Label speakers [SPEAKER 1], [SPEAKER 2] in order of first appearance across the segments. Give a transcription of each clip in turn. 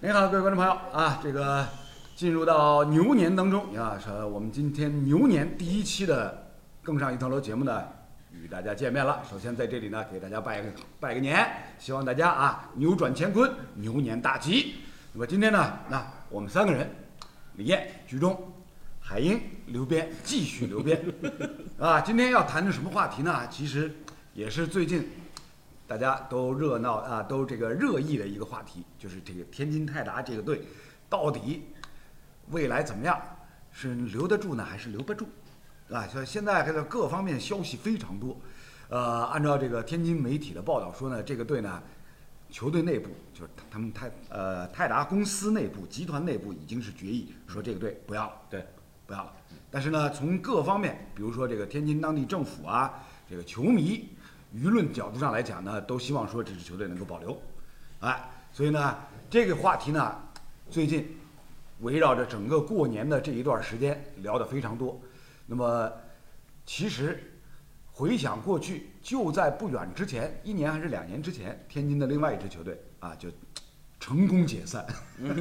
[SPEAKER 1] 您好，各位观众朋友啊，这个进入到牛年当中啊，是我们今天牛年第一期的《更上一层楼》节目呢，与大家见面了。首先在这里呢，给大家拜个拜个年，希望大家啊扭转乾坤，牛年大吉。那么今天呢，那我们三个人，李艳、菊中、海英、刘边，继续刘边啊。今天要谈的什么话题呢？其实也是最近大家都热闹啊，都这个热议的一个话题，就是这个天津泰达这个队到底未来怎么样，是留得住呢，还是留不住？啊，所以现在这个各方面消息非常多。呃，按照这个天津媒体的报道说呢，这个队呢，球队内部就是他们泰呃泰达公司内部集团内部已经是决议说这个队不要了。
[SPEAKER 2] 对，
[SPEAKER 1] 不要了。但是呢，从各方面，比如说这个天津当地政府啊，这个球迷舆论角度上来讲呢，都希望说这支球队能够保留，哎，所以呢，这个话题呢，最近围绕着整个过年的这一段时间聊得非常多。那么，其实回想过去，就在不远之前，一年还是两年之前，天津的另外一支球队啊，就成功解散。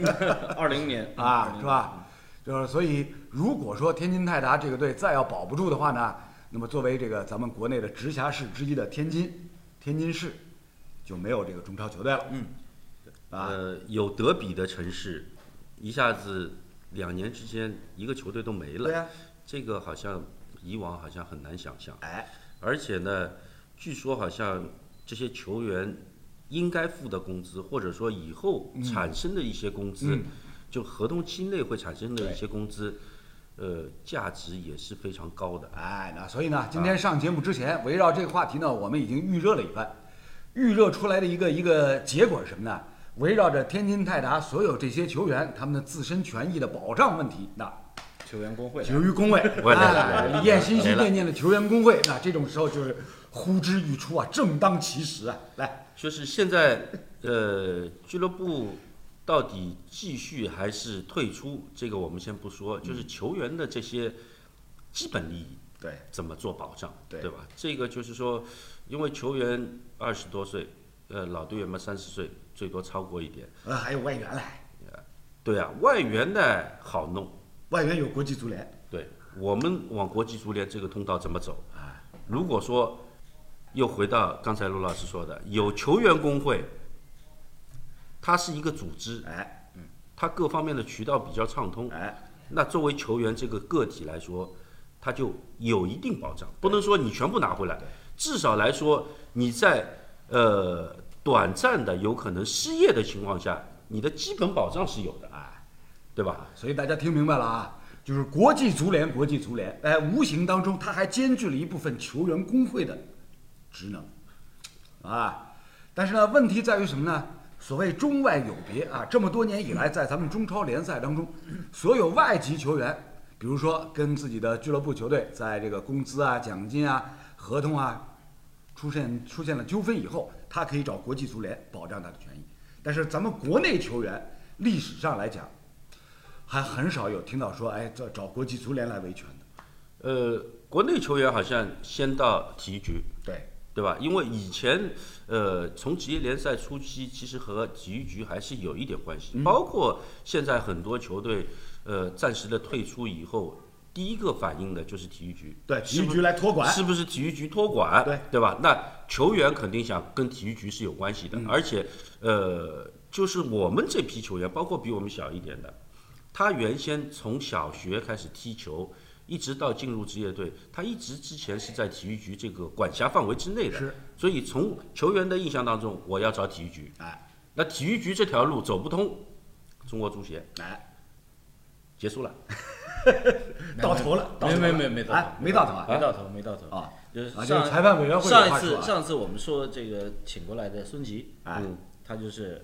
[SPEAKER 2] 二零年
[SPEAKER 1] 啊，是？吧？就是所以，如果说天津泰达这个队再要保不住的话呢，那么作为这个咱们国内的直辖市之一的天津，天津市就没有这个中超球队了。嗯，啊，
[SPEAKER 3] 呃，有德比的城市，一下子两年之间一个球队都没了。
[SPEAKER 1] 对呀
[SPEAKER 3] 这个好像以往好像很难想象。
[SPEAKER 1] 哎，
[SPEAKER 3] 而且呢，据说好像这些球员应该付的工资，或者说以后产生的一些工资，就合同期内会产生的一些工资，呃，价值也是非常高的。
[SPEAKER 1] 哎，那所以呢，今天上节目之前，围绕这个话题呢，我们已经预热了一番，预热出来的一个一个结果是什么呢？围绕着天津泰达所有这些球员他们的自身权益的保障问题，那
[SPEAKER 2] 球员工会
[SPEAKER 1] 球员工会，
[SPEAKER 3] 我也来
[SPEAKER 1] 哎
[SPEAKER 3] 了
[SPEAKER 1] 李艳心心念念的球员工会，那这种时候就是呼之欲出啊，正当其时啊！来，
[SPEAKER 3] 就是现在，呃，俱乐部到底继续还是退出，这个我们先不说，就是球员的这些基本利益
[SPEAKER 1] 对
[SPEAKER 3] 怎么做保障，
[SPEAKER 1] 对
[SPEAKER 3] 吧？这个就是说，因为球员二十多岁，呃，老队员嘛三十岁，最多超过一点。
[SPEAKER 1] 呃，还有外援来，
[SPEAKER 3] 对啊，外援呢好弄，
[SPEAKER 1] 外援有国际足联，
[SPEAKER 3] 对我们往国际足联这个通道怎么走？
[SPEAKER 1] 哎
[SPEAKER 3] 如果说又回到刚才陆老师说的，有球员工会，它是一个组织，
[SPEAKER 1] 哎
[SPEAKER 3] 它各方面的渠道比较畅通。
[SPEAKER 1] 哎，
[SPEAKER 3] 那作为球员这个个体来说，他就有一定保障，不能说你全部拿回来，至少来说你在呃短暂的有可能失业的情况下，你的基本保障是有的啊，
[SPEAKER 1] 哎
[SPEAKER 3] 对吧？
[SPEAKER 1] 所以大家听明白了啊，就是国际足联，国际足联，哎，无形当中它还兼具了一部分球员工会的职能，啊，但是呢，问题在于什么呢？所谓中外有别啊，这么多年以来，在咱们中超联赛当中，所有外籍球员，比如说跟自己的俱乐部球队在这个工资啊、奖金啊、合同啊出现出现了纠纷以后，他可以找国际足联保障他的权益。但是咱们国内球员历史上来讲，还很少有听到说，哎，找找国际足联来维权的。
[SPEAKER 3] 呃，国内球员好像先到体育局，
[SPEAKER 1] 对，
[SPEAKER 3] 对吧？因为以前，呃，从职业联赛初期，其实和体育局还是有一点关系，包括现在很多球队，呃，暂时的退出以后，第一个反映的就是体育局，
[SPEAKER 1] 对，体
[SPEAKER 3] 是
[SPEAKER 1] 育
[SPEAKER 3] 不
[SPEAKER 1] 局
[SPEAKER 3] 是
[SPEAKER 1] 来托管。
[SPEAKER 3] 是不是体育局托管？
[SPEAKER 1] 对，
[SPEAKER 3] 对吧？那球员肯定想跟体育局是有关系的，
[SPEAKER 1] 嗯
[SPEAKER 3] 而且，呃，就是我们这批球员，包括比我们小一点的，他原先从小学开始踢球，一直到进入职业队，他一直之前是在体育局这个管辖范围之内的，
[SPEAKER 1] 是。
[SPEAKER 3] 所以从球员的印象当中，我要找体育局，
[SPEAKER 1] 哎
[SPEAKER 3] 那体育局这条路走不通，中国足协
[SPEAKER 1] 哎，
[SPEAKER 3] 结束了。
[SPEAKER 1] 到头了，到
[SPEAKER 2] 没
[SPEAKER 1] 头
[SPEAKER 2] 没
[SPEAKER 1] 了
[SPEAKER 2] 没没到
[SPEAKER 1] 哎，
[SPEAKER 2] 头
[SPEAKER 1] 没到头啊
[SPEAKER 2] 没到头，没到头！
[SPEAKER 1] 啊！
[SPEAKER 2] 就是
[SPEAKER 1] 啊这
[SPEAKER 2] 上
[SPEAKER 1] 个裁判委员会有
[SPEAKER 2] 上
[SPEAKER 1] 话
[SPEAKER 2] 一
[SPEAKER 1] 说啊
[SPEAKER 2] 次上次我们说这个请过来的孙吉，
[SPEAKER 1] 哎
[SPEAKER 2] 嗯，他就是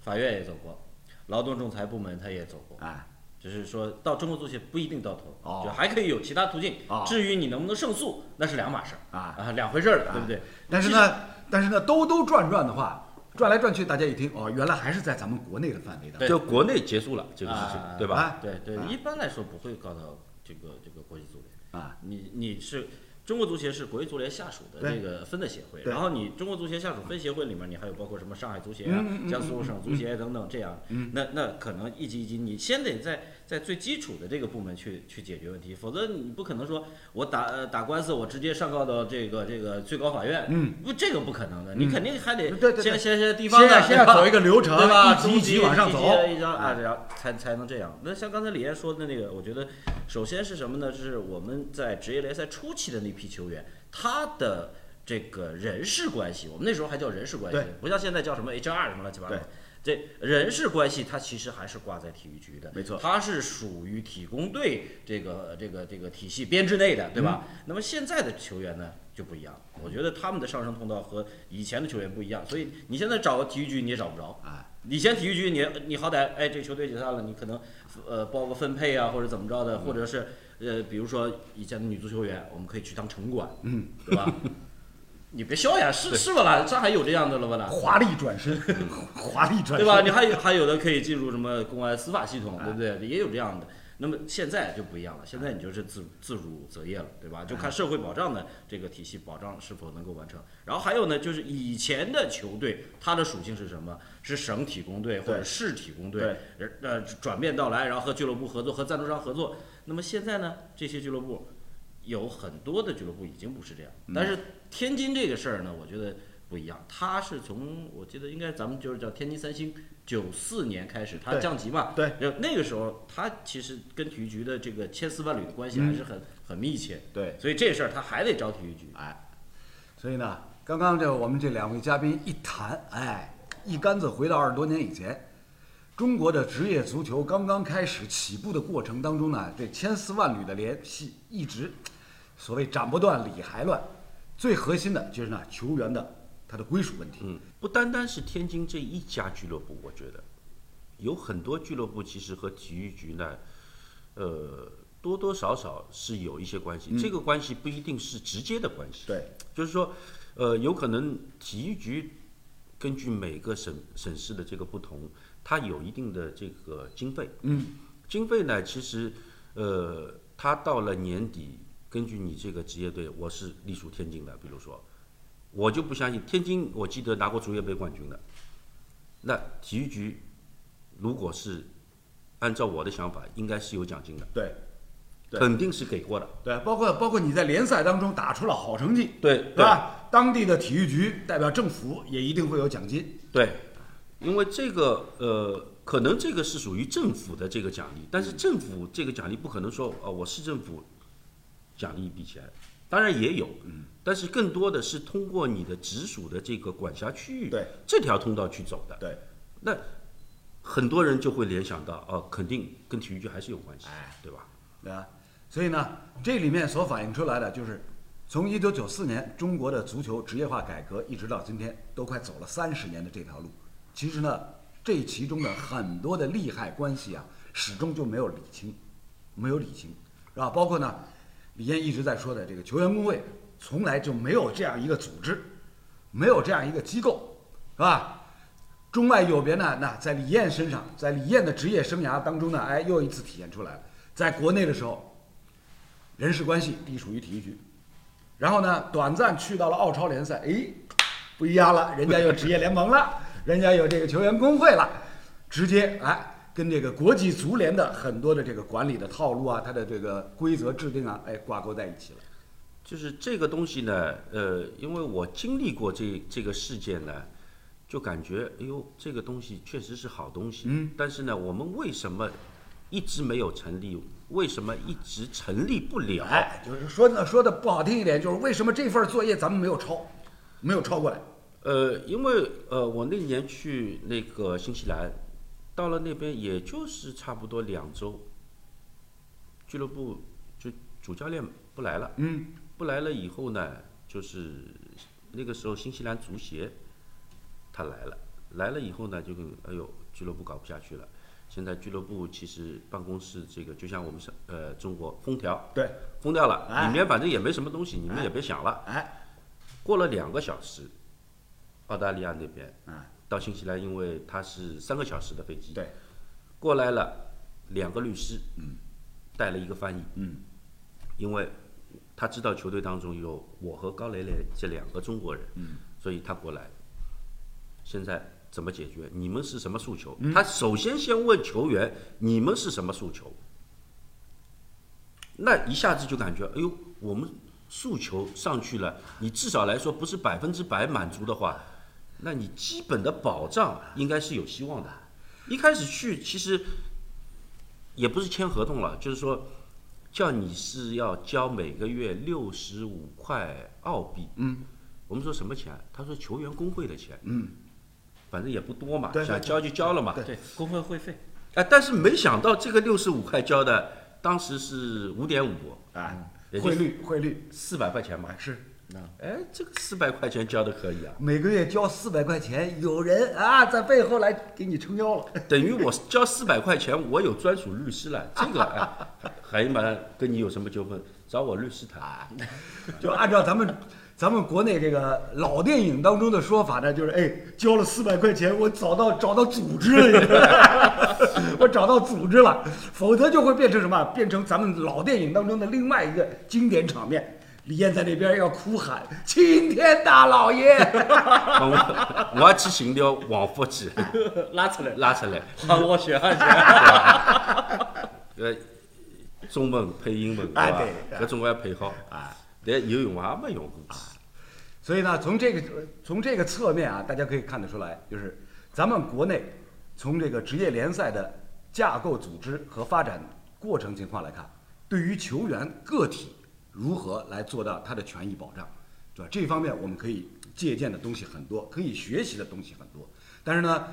[SPEAKER 2] 法院也走过，劳动仲裁部门他也走过，
[SPEAKER 1] 哎，
[SPEAKER 2] 只是说到中国足协不一定到头，
[SPEAKER 1] 哦
[SPEAKER 2] 就还可以有其他途径
[SPEAKER 1] 哦。
[SPEAKER 2] 至于你能不能胜诉，那是两码事儿
[SPEAKER 1] 啊
[SPEAKER 2] 两回事儿了，对不对？
[SPEAKER 1] 但是
[SPEAKER 2] 其实，
[SPEAKER 1] 呢，但是呢，兜兜转转的话，转来转去，大家一听哦，原来还是在咱们国内的范围当中。
[SPEAKER 2] 对
[SPEAKER 3] 就国内结束了这个事情，
[SPEAKER 2] 啊
[SPEAKER 3] 对吧？
[SPEAKER 1] 啊
[SPEAKER 2] 对对
[SPEAKER 1] 啊，
[SPEAKER 2] 一般来说不会告到这个这个国际足联
[SPEAKER 1] 啊。
[SPEAKER 2] 你你是中国足协是国际足联下属的
[SPEAKER 1] 对
[SPEAKER 2] 这个分的协会，
[SPEAKER 1] 对
[SPEAKER 2] 然后你中国足协下属分协会里面，你还有包括什么上海足协
[SPEAKER 1] 嗯
[SPEAKER 2] 啊
[SPEAKER 1] 嗯嗯、
[SPEAKER 2] 江苏省足协等等这样
[SPEAKER 1] 嗯，
[SPEAKER 2] 那那可能一级一级，你先得在在最基础的这个部门去去解决问题，否则你不可能说我打呃打官司，我直接上告到这个这个最高法院，
[SPEAKER 1] 嗯，
[SPEAKER 2] 不这个不可能的，
[SPEAKER 1] 嗯
[SPEAKER 2] 你肯定还得
[SPEAKER 1] 对对对
[SPEAKER 2] 先先先地方
[SPEAKER 1] 先
[SPEAKER 2] 的
[SPEAKER 1] 要先要走一
[SPEAKER 2] 个。
[SPEAKER 1] 个流程，
[SPEAKER 2] 对吧？
[SPEAKER 1] 一级一级往上走。
[SPEAKER 2] 一张啊，这样才才能这样。那像刚才李岩说的那个，我觉得首先是什么呢？是我们在职业联赛初期的那批球员，他的这个人事关系，我们那时候还叫人事关系
[SPEAKER 1] 对，
[SPEAKER 2] 不像现在叫什么 HR 什么乱七八糟
[SPEAKER 1] 对。
[SPEAKER 2] 这人事关系，它其实还是挂在体育局的，
[SPEAKER 1] 没错
[SPEAKER 2] 它是属于体工队这个这个这个体系编制内的，对吧？
[SPEAKER 1] 嗯
[SPEAKER 2] 那么现在的球员呢就不一样，我觉得他们的上升通道和以前的球员不一样，所以你现在找个体育局你也找不着，
[SPEAKER 1] 哎，
[SPEAKER 2] 以前体育局你你好歹哎这球队解散了，你可能呃包个分配啊或者怎么着的，或者是呃比如说以前的女足球员，我们可以去当城管，
[SPEAKER 1] 嗯，
[SPEAKER 2] 对吧？你别笑呀，是是吧啦？上海有这样的了吧啦？
[SPEAKER 1] 华丽转身，华丽转身，哎
[SPEAKER 2] 对吧？你还有还有的可以进入什么公安司法系统，对不对？也有这样的。那么现在就不一样了，现在你就是自自主择业了，对
[SPEAKER 1] 嗯
[SPEAKER 2] 吧？就看社会保障的这个体系保障是否能够完成。然后还有呢，就是以前的球队它的属性是什么？是省体工队或者
[SPEAKER 1] 对
[SPEAKER 2] 市体工
[SPEAKER 1] 对
[SPEAKER 2] 队，呃呃转变到来，然后和俱乐部合作，和赞助商合作。那么现在呢，这些俱乐部有很多的俱乐部已经不是这样，
[SPEAKER 1] 嗯
[SPEAKER 2] 但是天津这个事儿呢，我觉得不一样。它是从我记得应该咱们就是叫天津三星，九四年开始它
[SPEAKER 1] 对
[SPEAKER 2] 降级嘛，
[SPEAKER 1] 对，
[SPEAKER 2] 那个时候它其实跟体育局的这个千丝万缕的关系还是很、很密切，
[SPEAKER 1] 嗯对，
[SPEAKER 2] 所以这事儿它还得找体育局。
[SPEAKER 1] 哎，所以呢，刚刚这我们这两位嘉宾一谈，哎，一竿子回到二十多年以前，中国的职业足球刚刚开始起步的过程当中呢，这千丝万缕的联系一直，所谓斩不断理还乱，最核心的就是呢球员的他的归属问题。
[SPEAKER 3] 嗯，不单单是天津这一家俱乐部，我觉得有很多俱乐部其实和体育局呢，呃，多多少少是有一些关系。这个关系不一定是直接的关系，
[SPEAKER 1] 对，
[SPEAKER 3] 就是说，呃，有可能体育局根据每个省省市的这个不同，它有一定的这个经费。
[SPEAKER 1] 嗯，
[SPEAKER 3] 经费呢，其实呃，它到了年底，根据你这个职业队，我是隶属天津的，比如说，我就不相信天津，我记得拿过足协杯冠军的。那体育局如果是按照我的想法，应该是有奖金的，
[SPEAKER 1] 对对
[SPEAKER 3] 肯定是给过的。
[SPEAKER 1] 对，包括包括你在联赛当中打出了好成绩，
[SPEAKER 3] 对
[SPEAKER 1] 对吧？当地的体育局代表政府也一定会有奖金。
[SPEAKER 3] 对，因为这个呃，可能这个是属于政府的这个奖励，但是政府这个奖励不可能说啊、呃我市政府奖励一笔钱，当然也有，
[SPEAKER 1] 嗯
[SPEAKER 3] 但是更多的是通过你的直属的这个管辖区域
[SPEAKER 1] 对
[SPEAKER 3] 这条通道去走的。
[SPEAKER 1] 对，
[SPEAKER 3] 那很多人就会联想到，哦、肯定跟体育局还是有关系，对吧？
[SPEAKER 1] 对啊，所以呢，这里面所反映出来的就是，从一九九四年中国的足球职业化改革一直到今天，都快走了三十年的这条路。其实呢，这其中的很多的利害关系啊，始终就没有理清，没有理清，是吧？包括呢，李燕一直在说的这个球员工会，从来就没有这样一个组织，没有这样一个机构，是吧？中外有别呢，那在李艳身上，在李艳的职业生涯当中呢，哎，又一次体现出来了。在国内的时候，人事关系隶属于体育局，然后呢，短暂去到了澳超联赛，哎，不一样了，人家有职业联盟了， 人家有这个球员工会了，直接哎，跟这个国际足联的很多的这个管理的套路啊，它的这个规则制定啊，哎，挂钩在一起了。
[SPEAKER 3] 就是这个东西呢，呃，因为我经历过这这个事件呢，就感觉哎呦，这个东西确实是好东西。
[SPEAKER 1] 嗯。
[SPEAKER 3] 但是呢，我们为什么一直没有成立？为什么一直成立不了？
[SPEAKER 1] 哎，就是说呢，说的不好听一点，就是为什么这份作业咱们没有抄，没有抄过来？
[SPEAKER 3] 呃，因为呃，我那年去那个新西兰，到了那边也就是差不多两周，俱乐部就主教练不来了。
[SPEAKER 1] 嗯，
[SPEAKER 3] 不来了以后呢，就是那个时候新西兰足协他来了，来了以后呢，就跟哎呦俱乐部搞不下去了。现在俱乐部其实办公室这个就像我们上呃中国封条
[SPEAKER 1] 对，
[SPEAKER 3] 封掉了，
[SPEAKER 1] 哎
[SPEAKER 3] 里面反正也没什么东西，你们也别想了。
[SPEAKER 1] 哎，
[SPEAKER 3] 过了两个小时，澳大利亚那边
[SPEAKER 1] 哎
[SPEAKER 3] 到新西兰，因为它是三个小时的飞机，
[SPEAKER 1] 对，
[SPEAKER 3] 过来了两个律师，带了一个翻译，因为他知道球队当中有我和高磊磊这两个中国人，所以他过来。现在怎么解决？你们是什么诉求？他首先先问球员，你们是什么诉求？那一下子就感觉，哎呦，我们诉求上去了，你至少来说不是百分之百满足的话，那你基本的保障应该是有希望的。一开始去其实也不是签合同了，就是说叫你是要交每个月六十五块澳币。嗯，我们说什么钱？啊他说球员工会的钱。嗯，反正也不多嘛
[SPEAKER 1] 对，
[SPEAKER 3] 想
[SPEAKER 1] 对
[SPEAKER 3] 交就交了嘛。
[SPEAKER 2] 对，工会会费
[SPEAKER 3] 哎，但是没想到这个六十五块交的，当时是五点五，
[SPEAKER 2] 啊，
[SPEAKER 3] 也就
[SPEAKER 1] 汇率嗯汇率
[SPEAKER 3] 四百块钱嘛。
[SPEAKER 1] 是
[SPEAKER 3] 哎，这个四百块钱交的可以啊，
[SPEAKER 1] 每个月交四百块钱，有人啊在背后来给你撑腰了。
[SPEAKER 3] 等于我交四百块钱，我有专属律师了。这个哎，海英蛮跟你有什么纠纷，找我律师
[SPEAKER 1] 啊
[SPEAKER 3] 谈。
[SPEAKER 1] 就按照咱们咱们国内这个老电影当中的说法呢，就是哎，交了四百块钱，我找到找到组织了你知道吗， 我找到组织了，否则就会变成什么？变成咱们老电影当中的另外一个经典场面。李艳在那边要哭喊：“青天大老爷
[SPEAKER 3] 我我要去寻条王福记
[SPEAKER 2] 拉出来，
[SPEAKER 3] 拉出来，
[SPEAKER 2] 还我血 汗钱。
[SPEAKER 3] 呃，中文配英文对
[SPEAKER 1] 哎
[SPEAKER 3] 吧？
[SPEAKER 1] 对
[SPEAKER 3] 搿总归要配好。
[SPEAKER 1] 哎
[SPEAKER 3] 但有用也没用过。！”
[SPEAKER 1] 所以呢，从这个从这个侧面啊，大家可以看得出来，就是咱们国内从这个职业联赛的架构、组织和发展过程情况来看，对于球员个体如何来做到他的权益保障，对吧？这方面我们可以借鉴的东西很多，可以学习的东西很多。但是呢，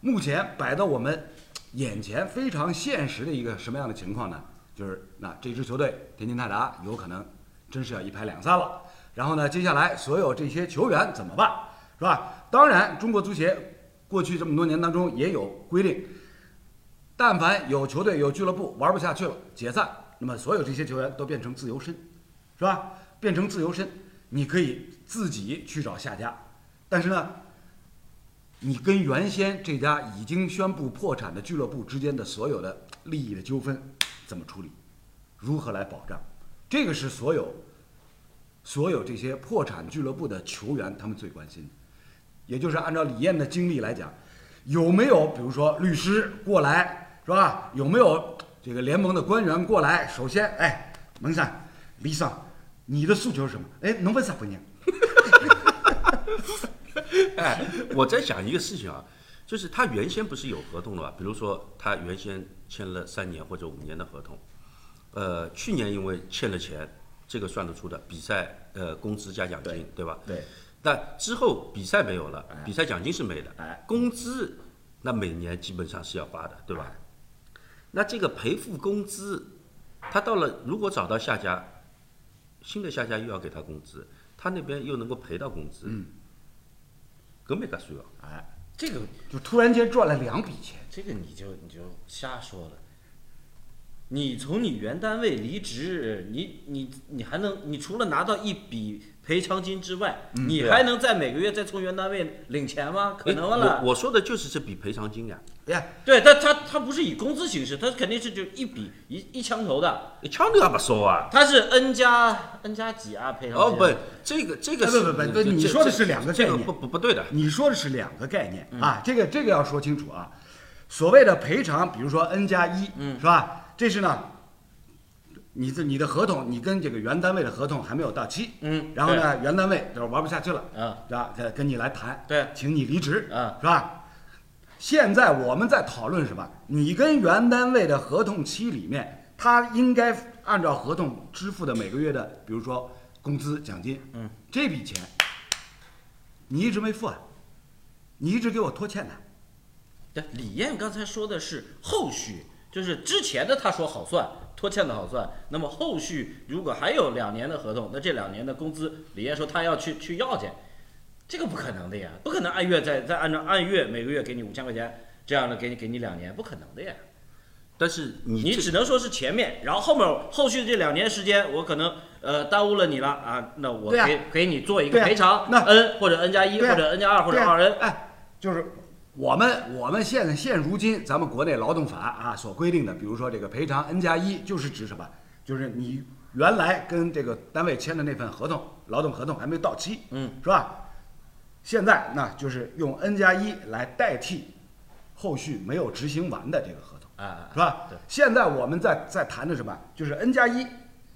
[SPEAKER 1] 目前摆到我们眼前非常现实的一个什么样的情况呢？就是那这支球队天津泰达有可能真是要一拍两散了。然后呢，接下来所有这些球员怎么办，是吧？当然，中国足协过去这么多年当中也有规定，但凡有球队有俱乐部玩不下去了，解散，那么所有这些球员都变成自由身，是吧？变成自由身，你可以自己去找下家，但是呢，你跟原先这家已经宣布破产的俱乐部之间的所有的利益的纠纷怎么处理，如何来保障，这个是所有所有这些破产俱乐部的球员他们最关心的。也就是按照李艳的经历来讲，有没有比如说律师过来是吧？有没有这个联盟的官员过来？首先，哎，蒙山、李桑，你的诉求是什么？哎，侬问啥不呢？
[SPEAKER 3] 哎，我在想一个事情啊，就是他原先不是有合同的吧？比如说他原先签了三年或者五年的合同，呃，去年因为欠了钱，这个算得出的，比赛呃工资加奖金，对吧？
[SPEAKER 2] 对，
[SPEAKER 3] 但之后比赛没有了，比赛奖金是没的，
[SPEAKER 2] 哎
[SPEAKER 3] 工资那每年基本上是要发的，对吧？那这个赔付工资，他到了如果找到下家，新的下家又要给他工资，他那边又能够赔到工资，嗯，搿没得算哦。
[SPEAKER 2] 这个
[SPEAKER 1] 就突然间赚了两笔钱，
[SPEAKER 2] 这个你就你就瞎说了。你从你原单位离职，你你你还能，你除了拿到一笔赔偿金之外，你
[SPEAKER 3] 对啊
[SPEAKER 2] 还能在每个月再从原单位领钱吗？可能吗
[SPEAKER 3] 哎
[SPEAKER 2] 了。
[SPEAKER 3] 我我说的就是这笔赔偿金呀，
[SPEAKER 1] 哎，
[SPEAKER 2] 对，但他他不是以工资形式，他肯定是就一笔一一枪头的，
[SPEAKER 3] 你枪头也没收啊。
[SPEAKER 2] 他是 n 加 n 加几啊赔偿
[SPEAKER 3] 哦
[SPEAKER 2] 金
[SPEAKER 3] 不，这个这个
[SPEAKER 1] 哎
[SPEAKER 3] 是
[SPEAKER 1] 不不不
[SPEAKER 3] 这
[SPEAKER 1] 你
[SPEAKER 3] 这
[SPEAKER 1] 说的
[SPEAKER 3] 这
[SPEAKER 1] 是两个
[SPEAKER 3] 这
[SPEAKER 1] 概
[SPEAKER 3] 个
[SPEAKER 1] 念
[SPEAKER 3] 不不不对的，
[SPEAKER 1] 你说的是两个概念
[SPEAKER 2] 嗯
[SPEAKER 1] 啊，这个这个要说清楚啊。所谓的赔偿，比如说 N 加一，
[SPEAKER 2] 嗯
[SPEAKER 1] 是吧？这是呢，你这你的合同，你跟这个原单位的合同还没有到期，
[SPEAKER 2] 嗯
[SPEAKER 1] 然后呢，原单位就是玩不下去了，
[SPEAKER 2] 嗯，
[SPEAKER 1] 是吧？再跟你来谈，
[SPEAKER 2] 对
[SPEAKER 1] 请你离职，
[SPEAKER 2] 嗯
[SPEAKER 1] 是吧？现在我们在讨论什么？你跟原单位的合同期里面，他应该按照合同支付的每个月的，比如说工资、奖金，嗯，这笔钱你一直没付啊，你一直给我拖欠呢、
[SPEAKER 2] 对，李艳刚才说的是后续，就是之前的他说好算，拖欠的好算。那么后续如果还有两年的合同，那这两年的工资，李艳说他要去去要去，这个不可能的呀，不可能按月再再按照按月每个月给你五千块钱这样的给你给你两年，不可能的呀。
[SPEAKER 3] 但是你
[SPEAKER 2] 你
[SPEAKER 3] 这
[SPEAKER 2] 只能说是前面，然后后面后续这两年时间，我可能呃耽误了你了啊，那我
[SPEAKER 1] 对
[SPEAKER 2] 给、
[SPEAKER 1] 啊
[SPEAKER 2] 给你做一
[SPEAKER 1] 对
[SPEAKER 2] 个
[SPEAKER 1] 啊
[SPEAKER 2] 赔偿、
[SPEAKER 1] 那
[SPEAKER 2] n 或者 n 加一
[SPEAKER 1] 对啊
[SPEAKER 2] 或者 n 加二或者
[SPEAKER 1] 对啊
[SPEAKER 2] 二 n，
[SPEAKER 1] 哎，就是我们我们现在现如今咱们国内劳动法啊所规定的，比如说这个赔偿 N 加一，就是指什么？就是你原来跟这个单位签的那份合同，劳动合同还没到期，
[SPEAKER 2] 嗯，
[SPEAKER 1] 是吧？现在那就是用 N 加一来代替后续没有执行完的这个合同，
[SPEAKER 2] 哎哎，
[SPEAKER 1] 是吧？
[SPEAKER 2] 对
[SPEAKER 1] 现在我们在在谈的什么？就是 N 加一，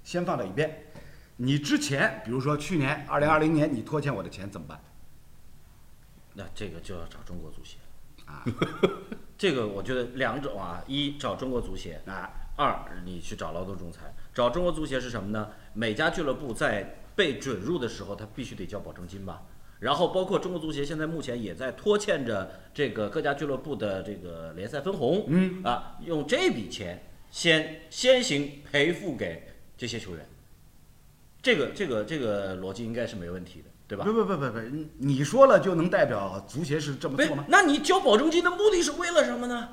[SPEAKER 1] 先放到一边。你之前，比如说去年二零二零年，你拖欠我的钱怎么办？
[SPEAKER 2] 那这个就要找中国足协啊， 这个我觉得两种啊，一找中国足协，
[SPEAKER 1] 啊，
[SPEAKER 2] 二，你去找劳动仲裁，找中国足协是什么呢？每家俱乐部在被准入的时候，他必须得交保证金吧。然后包括中国足协现在目前也在拖欠着这个各家俱乐部的这个联赛分红，嗯啊，用这笔钱先先行赔付给这些球员，这个这个这个逻辑应该是没问题的，对吧
[SPEAKER 1] 不？不不不不，你你说了就能代表足协是这么
[SPEAKER 2] 没
[SPEAKER 1] 做吗？
[SPEAKER 2] 那你交保证金的目的是为了什么呢？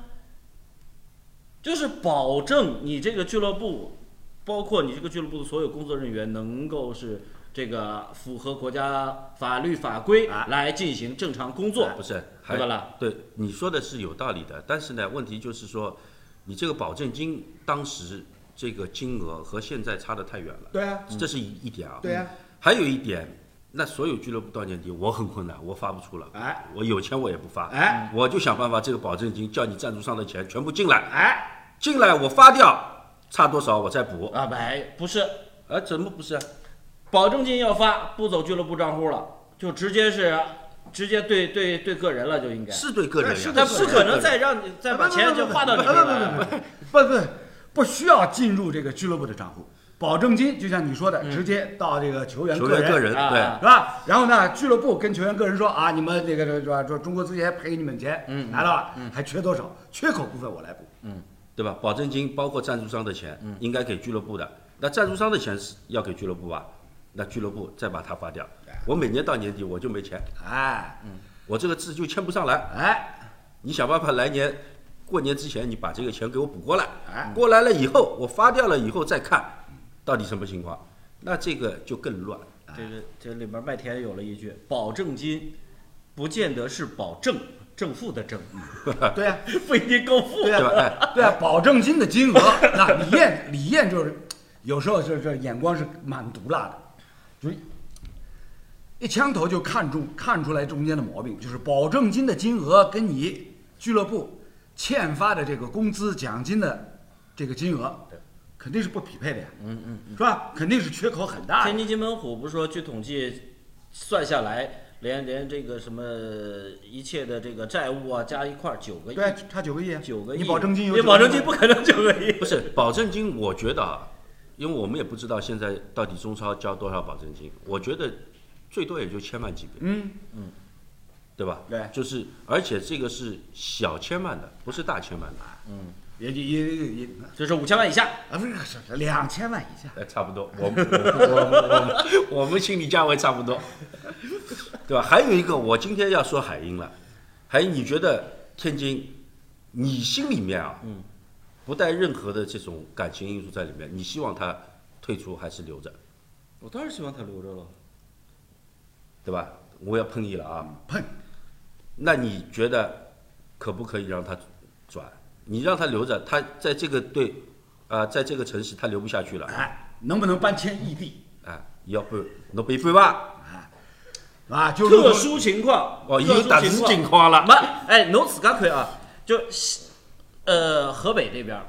[SPEAKER 2] 就是保证你这个俱乐部，包括你这个俱乐部的所有工作人员能够是这个符合国家法律法规
[SPEAKER 1] 啊
[SPEAKER 2] 来进行正常工作。
[SPEAKER 3] 哦不是，
[SPEAKER 2] 对
[SPEAKER 3] 还
[SPEAKER 2] 吧啦
[SPEAKER 3] 对你说的是有道理的，但是呢，问题就是说，你这个保证金当时这个金额和现在差得太远了，
[SPEAKER 1] 对啊，
[SPEAKER 3] 这是一一点啊。
[SPEAKER 1] 对啊
[SPEAKER 3] 还有一点，那所有俱乐部到年底我很困难，我发不出了，
[SPEAKER 1] 哎
[SPEAKER 3] 我有钱我也不发，
[SPEAKER 1] 哎
[SPEAKER 3] 我就想办法这个保证金叫你赞助商的钱全部进来，
[SPEAKER 1] 哎，
[SPEAKER 3] 进来我发掉，差多少我再补。
[SPEAKER 2] 啊，没，不是，
[SPEAKER 3] 啊，怎么不是啊？
[SPEAKER 2] 保证金要发，不走俱乐部账户了，就直接是直接对对对个人了，就应该。
[SPEAKER 3] 是对个人呀，
[SPEAKER 1] 是的
[SPEAKER 2] 但
[SPEAKER 1] 是
[SPEAKER 2] 不
[SPEAKER 1] 的
[SPEAKER 2] 可能再让你再把钱就划到你这
[SPEAKER 1] 啊不
[SPEAKER 2] 儿来。
[SPEAKER 1] 不不不不不不需要进入这个俱乐部的账户，保证金就像你说的，直接到这个球员
[SPEAKER 3] 球
[SPEAKER 1] 个
[SPEAKER 3] 员
[SPEAKER 1] 人
[SPEAKER 3] 个人
[SPEAKER 2] 啊
[SPEAKER 3] 对。
[SPEAKER 1] 是吧？然后呢，俱乐部跟球员个人说啊，你们这个是吧？说中国足协赔你们钱，嗯，拿到了，还缺多少？缺口部分我来补。
[SPEAKER 3] 对吧？保证金包括赞助商的钱，应该给俱乐部的。那赞助商的钱是要给俱乐部吧？那俱乐部再把它发掉。我每年到年底我就没钱，
[SPEAKER 1] 哎
[SPEAKER 3] 我这个字就签不上来。
[SPEAKER 1] 哎，
[SPEAKER 3] 你想办法来年过年之前你把这个钱给我补过来
[SPEAKER 1] 哎。
[SPEAKER 3] 过来了以后，我发掉了以后再看，到底什么情况？那这个就更乱。
[SPEAKER 1] 哎
[SPEAKER 2] 这个这里面麦田有了一句：保证金不见得是保证正负的正，
[SPEAKER 1] 对呀、
[SPEAKER 2] 不一定够
[SPEAKER 1] 哎
[SPEAKER 2] 负。
[SPEAKER 1] 对呀、啊
[SPEAKER 3] 对吧哎
[SPEAKER 1] 对呀、保证金的金额， 那李艳李艳就是有时候这这眼光是蛮毒辣的，就是一枪头就看中看出来中间的毛病，就是保证金的金额跟你俱乐部欠发的这个工资奖金的这个金额，肯定是不匹配的呀，嗯嗯，是吧？肯定是缺口很大的
[SPEAKER 2] 天。津金门虎不是说，据统计算下来，连连这个什么一切的这个债务啊，加一块儿九个亿，
[SPEAKER 1] 对，差九个亿啊，
[SPEAKER 2] 九个亿。
[SPEAKER 1] 你保证金有
[SPEAKER 2] 你
[SPEAKER 1] 九
[SPEAKER 2] 保
[SPEAKER 1] 个亿
[SPEAKER 2] 证金不可能九个亿
[SPEAKER 3] 不。是保证金，我觉得啊，因为我们也不知道现在到底中超交多少保证金，我觉得最多也就千万级别。嗯嗯，对吧？
[SPEAKER 1] 对
[SPEAKER 3] 就是而且这个是小千万的，不是大千万的，
[SPEAKER 1] 也也也也
[SPEAKER 2] 就是五千万以下，
[SPEAKER 1] 啊，不是是是两千万以下。
[SPEAKER 3] 哎，差不多。我们我我我我们心理价位差不多，对吧？还有一个，我今天要说海鹰了，海鹰，你觉得天津，你心里面啊，嗯，不带任何的这种感情因素在里面，你希望他退出还是留着？
[SPEAKER 2] 我当然希望他留着了。
[SPEAKER 3] 对吧？我要碰你了啊！
[SPEAKER 1] 碰。
[SPEAKER 3] 那你觉得可不可以让他转？你让他留着，他在这个队，啊、在这个城市他留不下去了，
[SPEAKER 1] 哎，能不能搬迁异地
[SPEAKER 3] 啊，要不侬别搬吧？
[SPEAKER 1] 啊？就如
[SPEAKER 2] 特
[SPEAKER 1] 果
[SPEAKER 2] 殊情况
[SPEAKER 3] 哦，已
[SPEAKER 2] 特
[SPEAKER 3] 经
[SPEAKER 2] 殊
[SPEAKER 3] 打
[SPEAKER 2] 情
[SPEAKER 3] 死
[SPEAKER 2] 况
[SPEAKER 3] 情况了。
[SPEAKER 2] 不，哎，侬自家看啊，就西呃河北这边儿，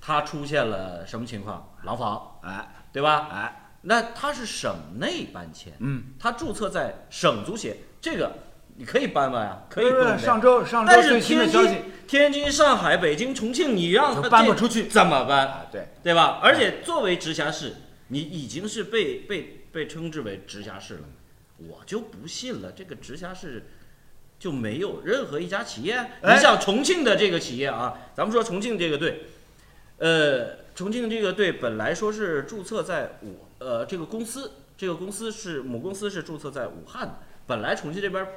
[SPEAKER 2] 它出现了什么情况？廊坊，
[SPEAKER 1] 哎
[SPEAKER 2] 对吧？
[SPEAKER 1] 哎，
[SPEAKER 2] 那它是省内搬迁，
[SPEAKER 1] 嗯，
[SPEAKER 2] 它注册在省足协，这个你可以搬搬啊，可以
[SPEAKER 1] 不是不
[SPEAKER 2] 动的
[SPEAKER 1] 是哎上周上周
[SPEAKER 2] 但
[SPEAKER 1] 最
[SPEAKER 2] 是
[SPEAKER 1] 新的
[SPEAKER 2] 天
[SPEAKER 1] 消息
[SPEAKER 2] 津、天津、上海、北京、重庆，你让它
[SPEAKER 1] 搬不
[SPEAKER 2] 这
[SPEAKER 1] 出去
[SPEAKER 2] 怎么搬？
[SPEAKER 1] 啊，对，
[SPEAKER 2] 对吧？而且作为直辖市，你已经是被被被称之为直辖市了，我就不信了，这个直辖市就没有任何一家企业。啊
[SPEAKER 1] 哎
[SPEAKER 2] 你想重庆的这个企业啊，咱们说重庆这个队，呃，重庆这个队本来说是注册在武，呃，这个公司，这个公司是母公司是注册在武汉的，本来重庆这边儿。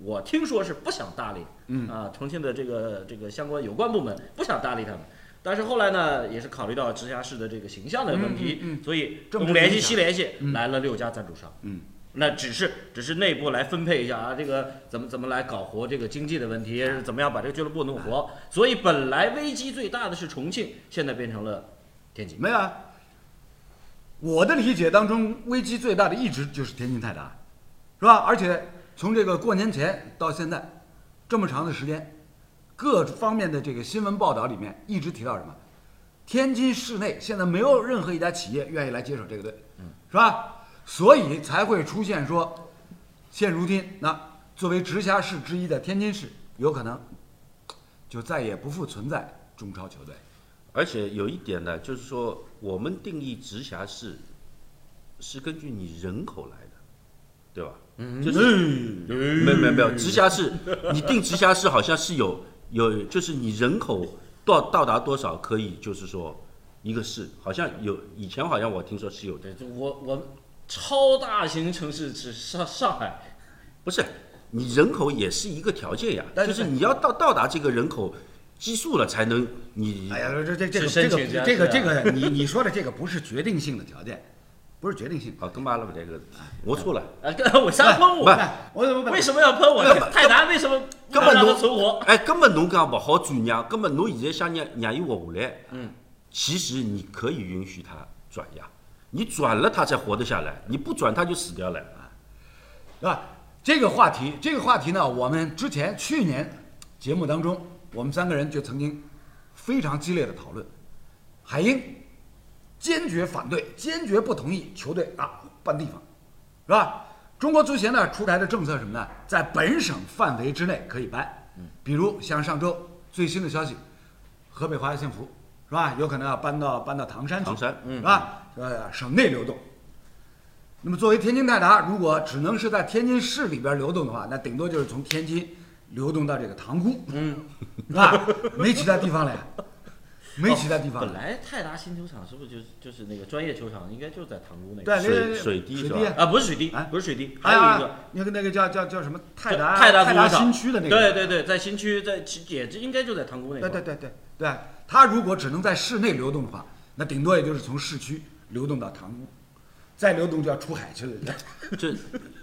[SPEAKER 2] 我听说是不想搭理，嗯啊，重庆的这个这个相关有关部门不想搭理他们，但是后来呢，也是考虑到直辖市的这个形象的问题，
[SPEAKER 1] 嗯
[SPEAKER 2] 所以
[SPEAKER 1] 政治
[SPEAKER 2] 东联
[SPEAKER 1] 影
[SPEAKER 2] 系
[SPEAKER 1] 响
[SPEAKER 2] 西联系来了六家赞助商，
[SPEAKER 1] 嗯，
[SPEAKER 2] 那只是只是内部来分配一下啊，这个怎么怎么来搞活这个经济的问题，
[SPEAKER 1] 嗯
[SPEAKER 2] 怎么样把这个俱乐部弄活，所以本来危机最大的是重庆，现在变成了天津，
[SPEAKER 1] 没有啊。我的理解当中，危机最大的一直就是天津泰达，是吧？而且从这个过年前到现在，这么长的时间，各方面的这个新闻报道里面一直提到什么？天津市内现在没有任何一家企业愿意来接手这个队，是吧？所以才会出现说，现如今那作为直辖市之一的天津市，有可能就再也不复存在中超球队。
[SPEAKER 3] 而且有一点呢，就是说我们定义直辖市是根据你人口来的，对吧？嗯，就是
[SPEAKER 1] 嗯
[SPEAKER 3] 没有没有没有直辖市，你定直辖市好像是有有，就是你人口到到达多少可以，就是说一个市，好像有以前好像我听说是有的，
[SPEAKER 2] 对，就我我们超大型城市只上上海，
[SPEAKER 3] 不是你人口也是一个条件呀，
[SPEAKER 1] 但
[SPEAKER 3] 就是是你要到到达这个人口基数了才能你
[SPEAKER 1] 哎呀，这这这个
[SPEAKER 2] 是
[SPEAKER 1] 这
[SPEAKER 2] 申
[SPEAKER 1] 个
[SPEAKER 2] 请加
[SPEAKER 1] 这个
[SPEAKER 2] 试啊
[SPEAKER 1] 这个，你你说的这个不是决定性的条件，不是决定性。
[SPEAKER 3] 啊，跟巴拉不这个，我错了。
[SPEAKER 2] 啊，跟我
[SPEAKER 1] 哎
[SPEAKER 2] 瞎喷
[SPEAKER 3] 不
[SPEAKER 2] 我
[SPEAKER 3] 是，
[SPEAKER 1] 我怎么
[SPEAKER 2] 为什么要喷我
[SPEAKER 3] 根？本
[SPEAKER 2] 泰达为什么不
[SPEAKER 3] 根
[SPEAKER 2] 能
[SPEAKER 3] 本
[SPEAKER 2] 让
[SPEAKER 3] 侬
[SPEAKER 2] 他存活？
[SPEAKER 3] 哎，根本侬讲勿好转让，根本侬现在想让让伊活下来，嗯，其实你可以允许他转让，你转了他才活得下来，你不转他就死掉了。
[SPEAKER 1] 啊，这个话题，这个话题呢，我们之前去年节目当中，我们三个人就曾经非常激烈的讨论。海英坚决反对，坚决不同意球队啊办地方，是吧？中国足协呢出台的政策是什么呢？在本省范围之内可以办，
[SPEAKER 3] 嗯
[SPEAKER 1] 比如像上周最新的消息，河北华夏幸福是吧？有可能要搬到搬到唐山去，
[SPEAKER 3] 唐山嗯
[SPEAKER 1] 是吧？呃，省内流动。那么作为天津泰达，如果只能是在天津市里边流动的话，那顶多就是从天津流动到这个塘沽，嗯，是吧？没其他地方了呀，没其他地方了
[SPEAKER 2] 本。来泰达新球场是不是就是就是那个专业球场，应该就在塘沽那
[SPEAKER 1] 对，
[SPEAKER 2] 个？
[SPEAKER 1] 那个
[SPEAKER 3] 水滴
[SPEAKER 1] 水
[SPEAKER 3] 是吧
[SPEAKER 1] 滴啊，
[SPEAKER 2] 啊，不是水滴
[SPEAKER 1] 哎，
[SPEAKER 2] 不是水滴，还
[SPEAKER 1] 还有
[SPEAKER 2] 有一个
[SPEAKER 1] 那个那个叫叫叫什么泰达
[SPEAKER 2] 泰
[SPEAKER 1] 达
[SPEAKER 2] 达足球
[SPEAKER 1] 新
[SPEAKER 2] 场
[SPEAKER 1] 区的那个，
[SPEAKER 2] 对对对，在新区，在其也是应该就在塘沽那
[SPEAKER 1] 对
[SPEAKER 2] 块。
[SPEAKER 1] 对对对对，他如果只能在市内流动的话，那顶多也就是从市区流动到塘沽，再流动就要出海去了。
[SPEAKER 3] 这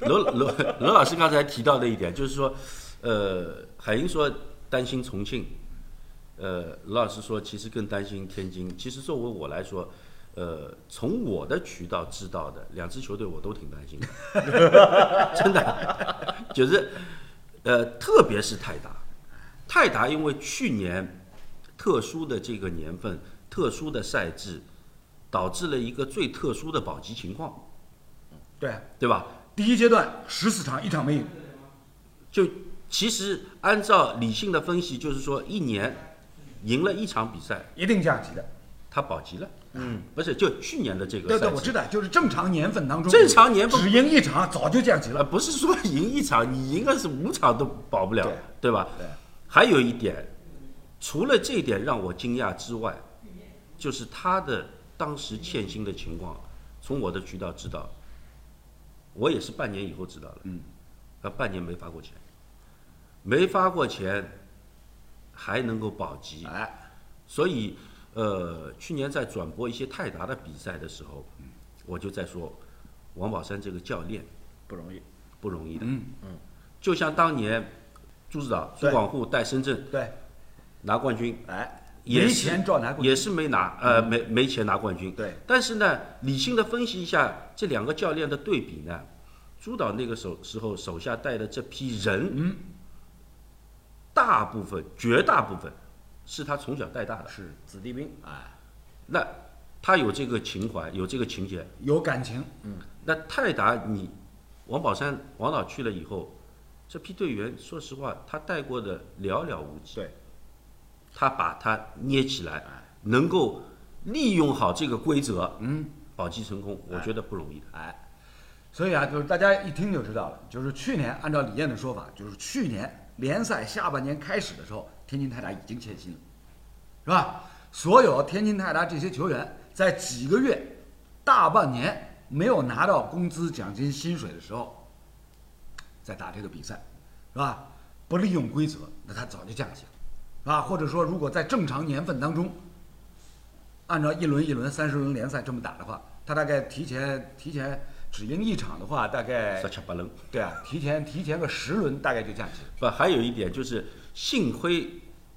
[SPEAKER 3] 罗罗罗老师刚才提到的一点，就是说，呃，海英说担心重庆，呃，罗老师说其实更担心天津。其实作为我来说，呃，从我的渠道知道的两支球队，我都挺担心的， 真的，就是，呃，特别是泰达，泰达因为去年特殊的这个年份、特殊的赛制，导致了一个最特殊的保级情况，
[SPEAKER 1] 对，
[SPEAKER 3] 对吧？
[SPEAKER 1] 第一阶段十四场，一场没赢，
[SPEAKER 3] 就其实按照理性的分析，就是说一年赢了一场比赛，
[SPEAKER 1] 一定降级的。
[SPEAKER 3] 他保级了。嗯，不是，就去年的这个
[SPEAKER 1] 对对，
[SPEAKER 3] 赛
[SPEAKER 1] 我知
[SPEAKER 3] 季，
[SPEAKER 1] 道，就是正常年份当中，
[SPEAKER 3] 正常年份
[SPEAKER 1] 只赢一场早就降级
[SPEAKER 3] 呃，
[SPEAKER 1] 了。
[SPEAKER 3] 不是说 赢一场，你赢个是五场都保不了
[SPEAKER 1] 对，
[SPEAKER 3] 对吧？
[SPEAKER 1] 对。
[SPEAKER 3] 还有一点，除了这一点让我惊讶之外，就是他的当时欠薪的情况，从我的渠道知道，我也是半年以后知道的。嗯，他半年没发过钱，没发过钱，还能够保级，
[SPEAKER 1] 哎，
[SPEAKER 3] 所以，呃，去年在转播一些泰达的比赛的时候，
[SPEAKER 1] 嗯
[SPEAKER 3] 我就在说，王宝山这个教练
[SPEAKER 2] 不容易。
[SPEAKER 3] 不容易的。
[SPEAKER 1] 嗯
[SPEAKER 3] 就像当年朱指导
[SPEAKER 1] 对
[SPEAKER 3] 朱广沪带深圳
[SPEAKER 1] 对，
[SPEAKER 3] 拿冠军，
[SPEAKER 1] 哎，
[SPEAKER 3] 也
[SPEAKER 1] 没
[SPEAKER 3] 是
[SPEAKER 1] 钱照拿过去
[SPEAKER 3] 也是没拿，呃，没没钱拿冠军。
[SPEAKER 1] 对，
[SPEAKER 3] 但是呢，理性的分析一下这两个教练的对比呢，朱导那个手时候手下带的这批人，嗯，大部分绝大部分是他从小带大的，
[SPEAKER 1] 是
[SPEAKER 2] 子弟兵，
[SPEAKER 3] 那他有这个情怀，有这个情节，
[SPEAKER 1] 有感情，
[SPEAKER 3] 那泰达你王宝山王导去了以后，这批队员说实话他带过的寥寥无几。
[SPEAKER 1] 对，
[SPEAKER 3] 他把它捏起来，能够利用好这个规则，嗯，保级成功，我觉得不容易的。
[SPEAKER 1] 哎所以啊，就是大家一听就知道了，就是去年按照李艳的说法，就是去年联赛下半年开始的时候，天津泰达已经欠薪了，是吧？所有天津泰达这些球员在几个月、大半年没有拿到工资、奖金、薪水的时候，在打这个比赛，是吧？不利用规则，那他早就降级了，是吧？或者说，如果在正常年份当中，按照一轮一轮三十轮联赛这么打的话，他大概提前提前只赢一场的话，大概
[SPEAKER 3] 十七八轮，
[SPEAKER 1] 对啊，提前提前个十轮大概就降级了。
[SPEAKER 3] 不，还有一点就是，幸亏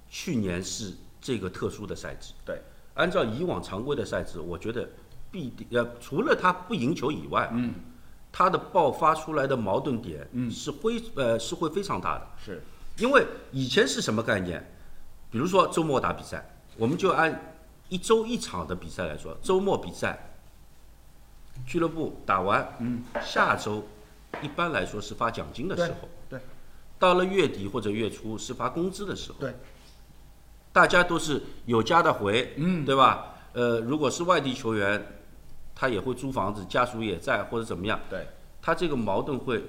[SPEAKER 3] 去年是这个特殊的赛制，
[SPEAKER 1] 对，
[SPEAKER 3] 按照以往常规的赛制，我觉得必定呃，除了他不赢球以外，嗯，他的爆发出来的矛盾点，嗯，是会呃是会非常大的。
[SPEAKER 2] 是
[SPEAKER 3] 因为以前是什么概念？比如说周末打比赛，我们就按一周一场的比赛来说，周末比赛，俱乐部打完，嗯，下周一般来说是发奖金的时候，
[SPEAKER 1] 对
[SPEAKER 3] 到了月底或者月初是发工资的时候，
[SPEAKER 1] 对，
[SPEAKER 3] 大家都是有家的回，
[SPEAKER 1] 嗯
[SPEAKER 3] 对吧？呃，如果是外地球员，他也会租房子，家属也在或者怎么样，
[SPEAKER 1] 对，
[SPEAKER 3] 他这个矛盾会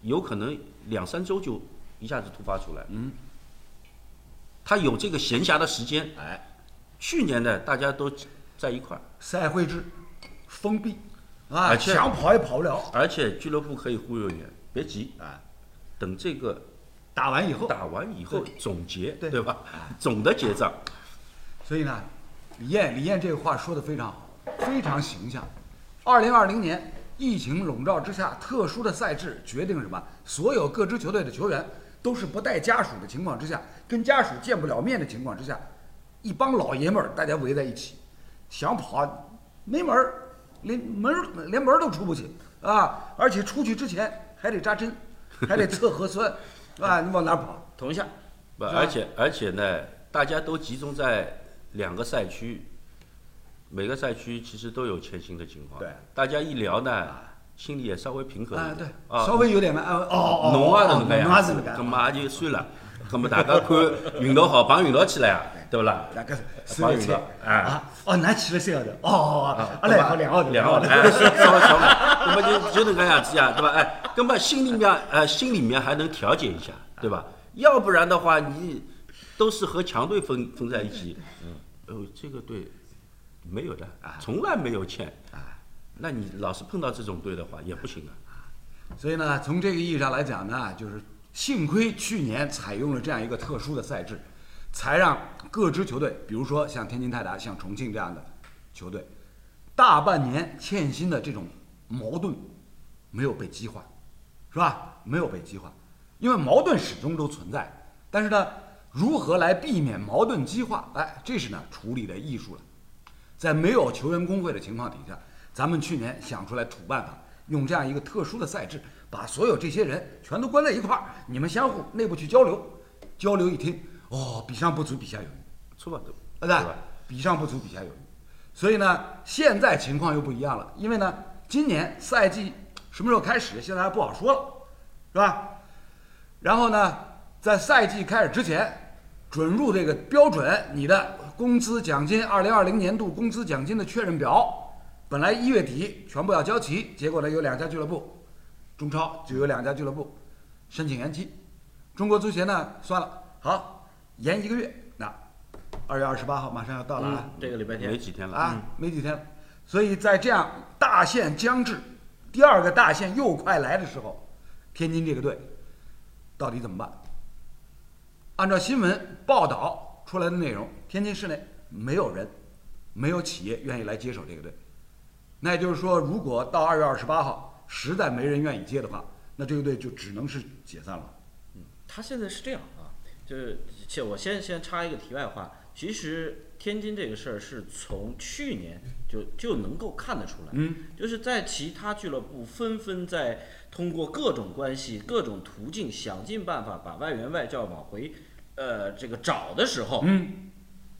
[SPEAKER 3] 有可能两三周就一下子突发出来。嗯，他有这个闲暇的时间。
[SPEAKER 1] 哎，
[SPEAKER 3] 去年呢，大家都在一块儿，
[SPEAKER 1] 赛会制封闭啊，
[SPEAKER 3] 而且
[SPEAKER 1] 想跑也跑不了。
[SPEAKER 3] 而且俱乐部可以忽悠你，别急，
[SPEAKER 1] 哎，
[SPEAKER 3] 等这个
[SPEAKER 1] 打完以后，
[SPEAKER 3] 打完以后总结，
[SPEAKER 1] 对啊
[SPEAKER 3] 对吧？总的结账。
[SPEAKER 1] 所以呢，李艳李艳这个话说的非常好，非常形象。二零二零年疫情笼罩之下，特殊的赛制决定什么？所有各支球队的球员都是不带家属的情况之下，跟家属见不了面的情况之下，一帮老爷们儿大家围在一起，想跑没门儿，连门儿连门儿都出不去啊！而且出去之前还得扎针，还得测核酸，啊，你往哪儿跑？
[SPEAKER 2] 同一下，
[SPEAKER 3] 不，
[SPEAKER 1] 是吧
[SPEAKER 3] 而且而且呢，大家都集中在两个赛区，每个赛区其实都有前行的情况。
[SPEAKER 1] 对，
[SPEAKER 3] 大家一聊呢，心里也稍微平衡
[SPEAKER 1] 啊
[SPEAKER 3] 一，
[SPEAKER 1] 对
[SPEAKER 3] 点。，啊，
[SPEAKER 1] 稍微有点慢，啊哦哦，
[SPEAKER 3] 侬也是
[SPEAKER 1] 哦
[SPEAKER 3] 搿能
[SPEAKER 1] 侬也
[SPEAKER 3] 样
[SPEAKER 1] 是搿
[SPEAKER 3] 子
[SPEAKER 1] 能，介
[SPEAKER 3] 咁嘛也就 算了。咁么大家看运动好，帮运动起来啊，对不啦？
[SPEAKER 1] 那个
[SPEAKER 3] 帮运动，哎，啊
[SPEAKER 1] 啊，哦，㑚去了三号头，哦哦哦，阿拉好两号头，
[SPEAKER 3] 两号头，哎，稍稍微少点，那么就就能搿样子呀，对吧？哎，那么心里面呃心里面还能调节一下，对吧？要不然的话，你都是和强队分分在一起，嗯，呃，这个队没有的，
[SPEAKER 2] 哎
[SPEAKER 3] 从来没有欠，那你老是碰到这种队的话也不行啊。
[SPEAKER 1] 所以呢，从这个意义上来讲呢，就是幸亏去年采用了这样一个特殊的赛制，才让各支球队，比如说像天津泰达、像重庆这样的球队，大半年欠薪的这种矛盾没有被激化，是吧？没有被激化，因为矛盾始终都存在。但是呢，如何来避免矛盾激化？哎，这是呢处理的艺术了。在没有球员工会的情况底下，咱们去年想出来土办法，用这样一个特殊的赛制，把所有这些人全都关在一块儿，你们相互内部去交流，交流一听，哦，比上不足，比下有余，
[SPEAKER 3] 错吧都，
[SPEAKER 1] 对吧？
[SPEAKER 3] 对吧
[SPEAKER 1] 比上不足，比下有余。所以呢，现在情况又不一样了，因为呢，今年赛季什么时候开始，现在还不好说了，是吧？然后呢，在赛季开始之前，准入这个标准，你的工资奖金，二零二零年度工资奖金的确认表，本来一月底全部要交齐，结果呢有两家俱乐部，中超就有两家俱乐部申请延期，中国足协呢算了，好延一个月，那二月二十八号马上要到了啊。
[SPEAKER 2] 嗯这个礼拜
[SPEAKER 3] 没
[SPEAKER 2] 天
[SPEAKER 3] 几天了嗯
[SPEAKER 1] 啊，没几天了。所以在这样大限将至，第二个大限又快来的时候，天津这个队到底怎么办？按照新闻报道出来的内容，天津市内没有人，没有企业愿意来接手这个队。那也就是说，如果到二月二十八号实在没人愿意接的话，那这个队就只能是解散了。
[SPEAKER 2] 他现在是这样啊，就是且我先先插一个题外话，其实天津这个事儿是从去年就就能够看得出来，
[SPEAKER 1] 嗯，
[SPEAKER 2] 就是在其他俱乐部纷纷在通过各种关系、各种途径，想尽办法把外援外教往回，呃，这个找的时候，
[SPEAKER 1] 嗯，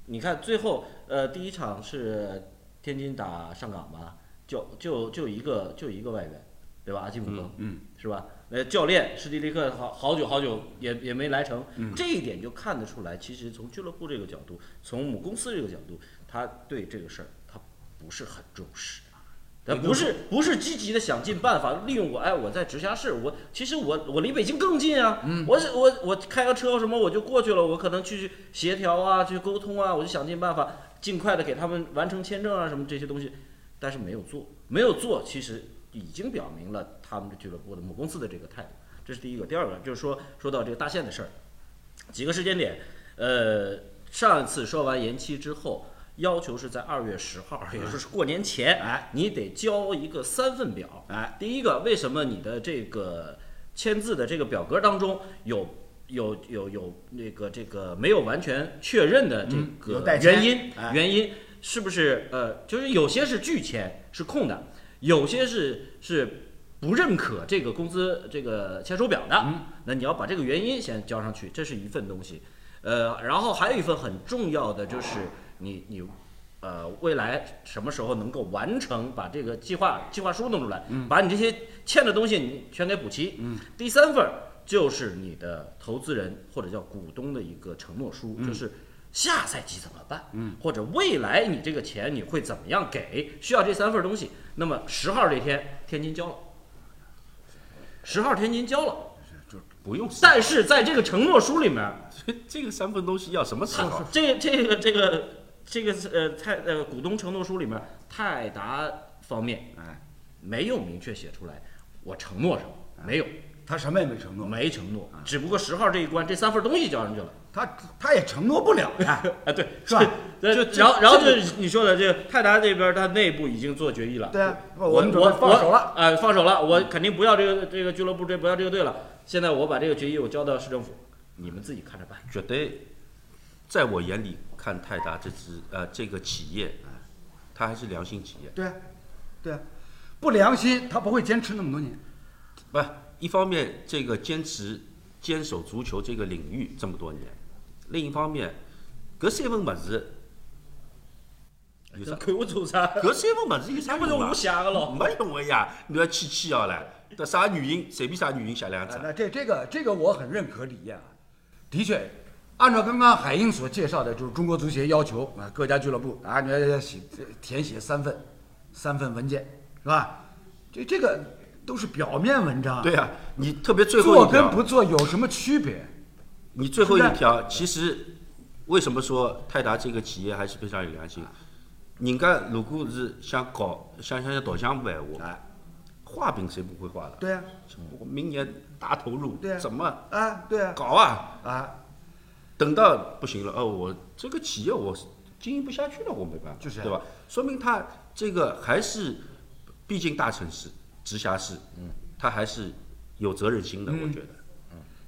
[SPEAKER 2] 你看最后呃第一场是天津打上港吧，就就就一个就一个外援，对吧？阿基姆滕，
[SPEAKER 1] 嗯，
[SPEAKER 2] 是吧？那教练施蒂利克好好久好久也也没来成，
[SPEAKER 1] 嗯
[SPEAKER 2] 这一点就看得出来，其实从俱乐部这个角度，从母公司这个角度，他对这个事儿他不是很重视。他不是不是积极的想尽办法利用我，哎，我在直辖市，我其实我我离北京更近啊，我是我我开个车什么我就过去了，我可能去协调啊，去沟通啊，我就想尽办法尽快的给他们完成签证啊什么这些东西，但是没有做，没有做，其实已经表明了他们的俱乐部的母公司的这个态度，这是第一个。第二个就是说，说到这个大限的事儿，几个时间点，呃，上一次说完延期之后，要求是在二月十号，也就是过年前，
[SPEAKER 1] 哎
[SPEAKER 2] 你得交一个三份表，
[SPEAKER 1] 哎，
[SPEAKER 2] 第一个，为什么你的这个签字的这个表格当中有？有有有那个这个没有完全确认的这
[SPEAKER 1] 嗯有
[SPEAKER 2] 个
[SPEAKER 1] 代签
[SPEAKER 2] 原因，
[SPEAKER 1] 哎
[SPEAKER 2] 原因，是不是呃，就是有些是拒签是空的，有些是是不认可这个工资这个签收表的，
[SPEAKER 1] 嗯
[SPEAKER 2] 那你要把这个原因先交上去，这是一份东西。呃，然后还有一份很重要的就是你你呃，未来什么时候能够完成把这个计划计划书弄出来，把你这些欠的东西你全给补齐。第三份儿就是你的投资人或者叫股东的一个承诺书，就是下赛季怎么办，或者未来你这个钱你会怎么样给，需要这三份儿东西。那么十号这天天津交了，十号天津交了，
[SPEAKER 3] 不用
[SPEAKER 2] 但是在这个承诺书里面儿，
[SPEAKER 3] 这这个三份东西要什么时候？
[SPEAKER 2] 这这个这个这个呃泰呃股东承诺书里面，泰达方面哎没有明确写出来我承诺什么，没有
[SPEAKER 1] 他什么也没承诺，
[SPEAKER 2] 没承诺，只不过十号这一关这三份东西交上去了。
[SPEAKER 1] 他他也承诺不了呀，
[SPEAKER 2] 啊，对，
[SPEAKER 1] 是吧？
[SPEAKER 2] 对
[SPEAKER 3] 就
[SPEAKER 2] 然后
[SPEAKER 3] 这
[SPEAKER 2] 然后就是你说的这个泰达这边，他内部已经做决议了。
[SPEAKER 1] 对啊，
[SPEAKER 2] 我
[SPEAKER 1] 我们准备
[SPEAKER 2] 我
[SPEAKER 1] 放手了。
[SPEAKER 2] 啊、放手了，我肯定不要这个这个俱乐部，这不要这个队了。现在我把这个决议我交到市政府，你们自己看着办。
[SPEAKER 3] 绝对，在我眼里看泰达这支呃这个企业，
[SPEAKER 2] 哎
[SPEAKER 3] 它还是良心企业。
[SPEAKER 1] 对啊，对啊，不良心他不会坚持那么多年。
[SPEAKER 3] 不，一方面这个坚持坚守足球这个领域这么多年，另一方面，搿三份物事 有啥？
[SPEAKER 2] 亏我做啥？
[SPEAKER 3] 搿三份物事有啥
[SPEAKER 2] 不是
[SPEAKER 3] 用啊
[SPEAKER 2] 我写的咯。
[SPEAKER 3] 没用个呀，侬要气气哦唻，这啥原因随便啥原因写两
[SPEAKER 1] 啊
[SPEAKER 3] 张，。
[SPEAKER 1] 那这这个这个我很认可李艳啊，的确，按照刚刚海英所介绍的，就是中国足协要求啊，各家俱乐部啊，你要写填写三份，三份文件是吧？这这个都是表面文章，
[SPEAKER 3] 对，呀、啊你特别最后
[SPEAKER 1] 做
[SPEAKER 3] 一
[SPEAKER 1] 跟不
[SPEAKER 3] 条，
[SPEAKER 1] 做有什么区别？
[SPEAKER 3] 你最后
[SPEAKER 1] 是
[SPEAKER 3] 一
[SPEAKER 1] 不是
[SPEAKER 3] 条，其实为什么说泰达这个企业还是非常有良心？人家如果是想搞想想要导向闲话，
[SPEAKER 1] 哎，
[SPEAKER 3] 画饼谁不会画的？
[SPEAKER 1] 对呀、
[SPEAKER 3] 我明年大投入，
[SPEAKER 1] 对呀
[SPEAKER 3] 怎么
[SPEAKER 1] 啊，对呀、
[SPEAKER 3] 搞啊？
[SPEAKER 1] 啊，
[SPEAKER 3] 等到不行了，哦，我这个企业我经营不下去了，我没办法，
[SPEAKER 1] 就是啊
[SPEAKER 3] 对吧？说明他这个还是，毕竟大城市直辖市，嗯，他还是有责任心的，我觉得，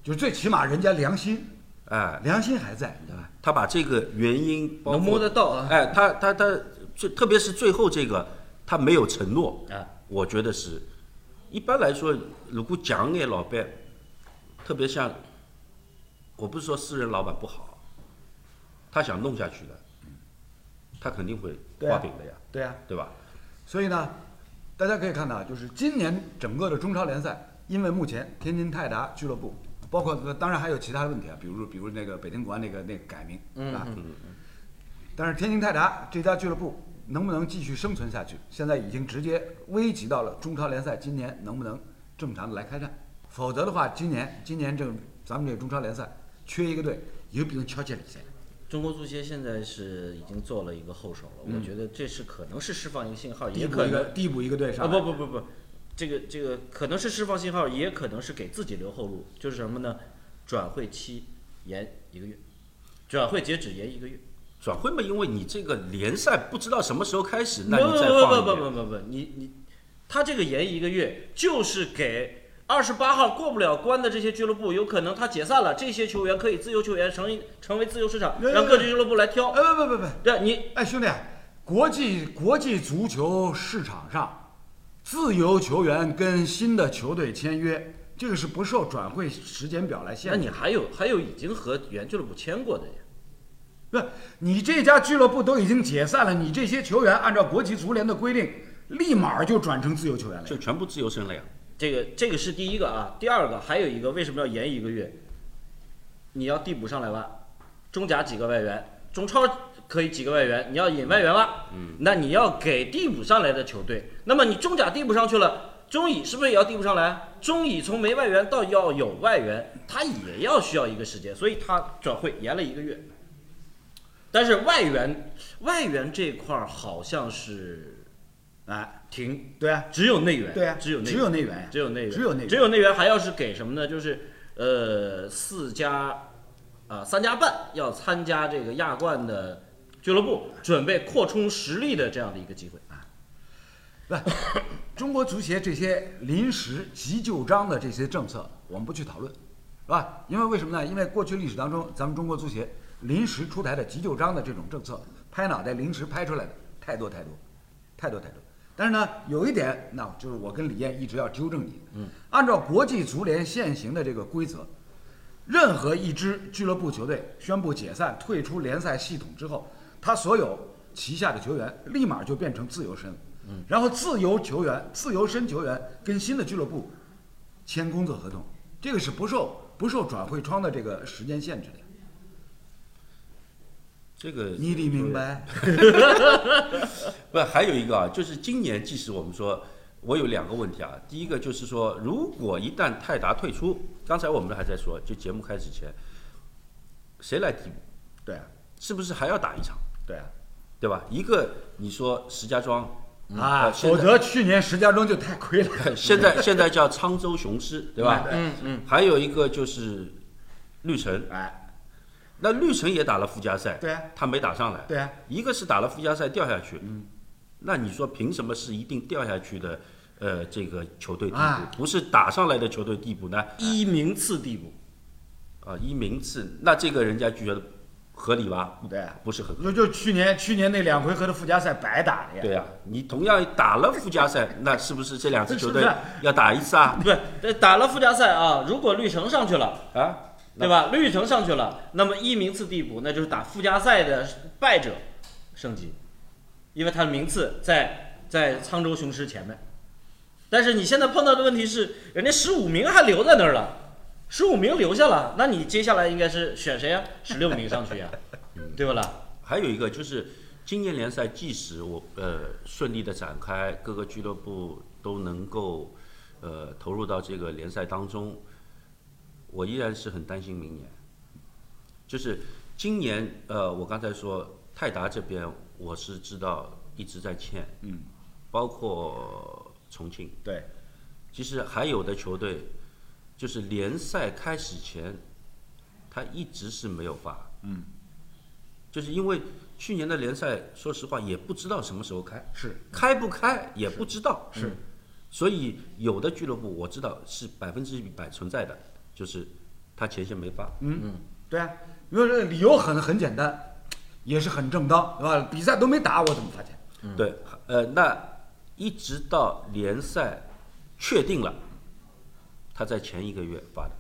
[SPEAKER 1] 就是最起码人家良心，
[SPEAKER 3] 哎，
[SPEAKER 1] 良心还在，对吧？
[SPEAKER 3] 他把这个原因包括
[SPEAKER 2] 能摸得到啊
[SPEAKER 3] 哎，他他他最特别是最后这个他没有承诺，
[SPEAKER 2] 啊，
[SPEAKER 3] 我觉得是，一般来说，如果讲眼老板，特别像，我不是说私人老板不好，他想弄下去的，他肯定会
[SPEAKER 1] 对啊
[SPEAKER 3] 画饼的呀，
[SPEAKER 1] 对呀、
[SPEAKER 3] 对吧？
[SPEAKER 1] 所以呢，大家可以看到，就是今年整个的中超联赛，因为目前天津泰达俱乐部，包括当然还有其他的问题啊，比如比如那个北京国安那个那个改名，啊，但是天津泰达这家俱乐部能不能继续生存下去，现在已经直接危及到了中超联赛今年能不能正常的来开战，否则的话，今年今年这个咱们这个中超联赛缺一个队，有比能敲击里赛。
[SPEAKER 2] 中国足协现在是已经做了一个后手了，
[SPEAKER 3] 嗯
[SPEAKER 2] 我觉得这是可能是释放一个信号，也
[SPEAKER 1] 递补
[SPEAKER 2] 可
[SPEAKER 1] 一
[SPEAKER 2] 能
[SPEAKER 1] 个递补一个队上
[SPEAKER 2] 啊
[SPEAKER 1] 来
[SPEAKER 2] 不不不不，这个这个可能是释放信号，也可能是给自己留后路，就是什么呢？转会期延一个月，转会截止延一个月。
[SPEAKER 3] 转会嘛，因为你这个联赛不知道什么时候开始，
[SPEAKER 2] 不
[SPEAKER 3] 那你再
[SPEAKER 2] 不
[SPEAKER 3] 放
[SPEAKER 2] 不
[SPEAKER 3] 一
[SPEAKER 2] 不
[SPEAKER 3] 年，
[SPEAKER 2] 不不不，你你他这个延一个月，就是给二十八号过不了关的这些俱乐部，有可能他解散了，这些球员可以自由球员成成为自由市场，
[SPEAKER 1] 对对
[SPEAKER 2] 让各
[SPEAKER 1] 对
[SPEAKER 2] 俱乐部来挑。
[SPEAKER 1] 哎不不不不。
[SPEAKER 2] 对，你
[SPEAKER 1] 哎，兄弟，国际国际足球市场上，自由球员跟新的球队签约，这个是不受转会时间表来限
[SPEAKER 2] 那
[SPEAKER 1] 制。
[SPEAKER 2] 你还有还有已经和原俱乐部签过的呀。
[SPEAKER 1] 不是，你这家俱乐部都已经解散了，你这些球员按照国际足联的规定，立马就转成自由球员了
[SPEAKER 3] 就。全部自由身了呀。
[SPEAKER 2] 这个这个是第一个啊，第二个还有一个为什么要延一个月？你要递补上来吧，中甲几个外援，中超可以几个外援，你要引外援了，嗯，那你要给递补上来的球队，那么你中甲递补上去了，中乙是不是也要递补上来？中乙从没外援到要有外援，他也要需要一个时间，所以他转会延了一个月。但是外援外援这块儿好像是
[SPEAKER 1] 哎，
[SPEAKER 2] 停，
[SPEAKER 1] 对啊，
[SPEAKER 2] 只有内援，
[SPEAKER 1] 对啊，
[SPEAKER 2] 只有内
[SPEAKER 1] 只有内援呀，
[SPEAKER 2] 只有内援，
[SPEAKER 1] 只有内援
[SPEAKER 2] 只有内援还要是给什么呢？就是呃四家啊三家半要参加这个亚冠的俱乐部，准备扩充实力的这样的一个机会。
[SPEAKER 1] 不，中国足协这些临时急救章的这些政策，我们不去讨论，是吧？因为为什么呢？因为过去历史当中，咱们中国足协临时出台的急救章的这种政策，拍脑袋临时拍出来的，太多太多，太多太多。但是呢，有一点，那就是我跟李艳一直要纠正你。嗯，按照国际足联现行的这个规则，任何一支俱乐部球队宣布解散、退出联赛系统之后，他所有旗下的球员立马就变成自由身了。嗯，然后自由球员、自由身球员跟新的俱乐部签工作合同，这个是不受不受转会窗的这个时间限制的。
[SPEAKER 3] 这个
[SPEAKER 1] 你得明白，
[SPEAKER 3] 不，还有一个啊，就是今年即使我们说，我有两个问题啊。第一个就是说，如果一旦泰达退出，刚才我们还在说，就节目开始前，谁来替补？
[SPEAKER 1] 对啊，
[SPEAKER 3] 是不是还要打一场？
[SPEAKER 1] 对啊。
[SPEAKER 3] 对吧？一个你说石家庄，
[SPEAKER 1] 啊，
[SPEAKER 3] 呃现在
[SPEAKER 1] 否则去年石家庄就太亏了。
[SPEAKER 3] 现在现在叫沧州雄狮，对吧？嗯嗯。还有一个就是绿城，
[SPEAKER 1] 哎，
[SPEAKER 3] 那绿城也打了附加赛，
[SPEAKER 1] 对啊
[SPEAKER 3] 他没打上来。
[SPEAKER 1] 对啊，
[SPEAKER 3] 一个是打了附加赛掉下去，嗯，那你说凭什么是一定掉下去的？呃，这个球队替补、
[SPEAKER 1] 啊
[SPEAKER 3] 不是打上来的球队替补呢？
[SPEAKER 2] 一名次地步，
[SPEAKER 3] 啊，依名次，那这个人家觉得合理吧？
[SPEAKER 1] 对啊
[SPEAKER 3] 不是很合理。
[SPEAKER 1] 就就去年去年那两回合的附加赛白打了呀。
[SPEAKER 3] 对呀、你同样打了附加赛，那是不是这两支球队
[SPEAKER 1] 是不是
[SPEAKER 3] 要打一次啊？
[SPEAKER 2] 不是呃打了附加赛啊。如果绿城上去了，
[SPEAKER 3] 啊，
[SPEAKER 2] 对吧？绿城上去了，那么一名次递补，那就是打附加赛的败者升级，因为他的名次在在沧州雄狮前面。但是你现在碰到的问题是，人家十五名还留在那儿了，十五名留下了，那你接下来应该是选谁呀、啊十六名上去呀、对不啦？
[SPEAKER 3] 还有一个就是，今年联赛即使我呃顺利的展开，各个俱乐部都能够呃投入到这个联赛当中，我依然是很担心明年。就是今年呃，我刚才说泰达这边我是知道一直在欠，
[SPEAKER 1] 嗯，
[SPEAKER 3] 包括重庆，
[SPEAKER 1] 对
[SPEAKER 3] 其实还有的球队就是联赛开始前，他一直是没有发。嗯，就是因为去年的联赛，说实话也不知道什么时候开，
[SPEAKER 1] 是
[SPEAKER 3] 开不开也不知道。
[SPEAKER 1] 是
[SPEAKER 3] 嗯所以有的俱乐部我知道是百分之百存在的，就是他前线没发。
[SPEAKER 1] 对啊，因为这理由很很简单，也是很正当，对吧？比赛都没打，我怎么发钱？
[SPEAKER 3] 对，呃，那一直到联赛确定了，他在前一个月发的，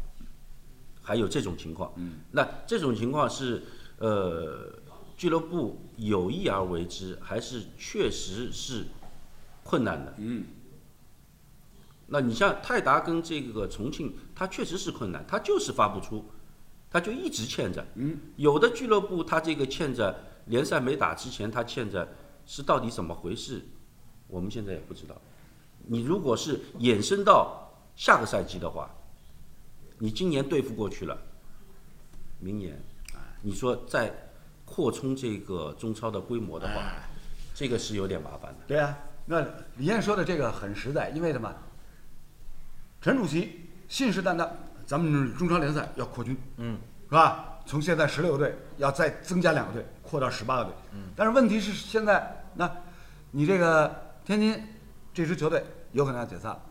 [SPEAKER 3] 还有这种情况。嗯，那这种情况是呃，俱乐部有意而为之，还是确实是困难的？嗯。那你像泰达跟这个重庆，他确实是困难，他就是发不出，他就一直欠着。嗯，有的俱乐部他这个欠着，联赛没打之前他欠着，是到底怎么回事，我们现在也不知道。你如果是衍生到下个赛季的话，你今年对付过去了，明年，啊你说再扩充这个中超的规模的话，这个是有点麻烦的。
[SPEAKER 1] 对啊，那李艳说的这个很实在，因为什么？陈主席信誓旦旦，咱们中超联赛要扩军，嗯，是吧？从现在十六个队要再增加两个队，扩到十八个队。嗯，但是问题是现在，那你这个天津这支球队有可能要解散了，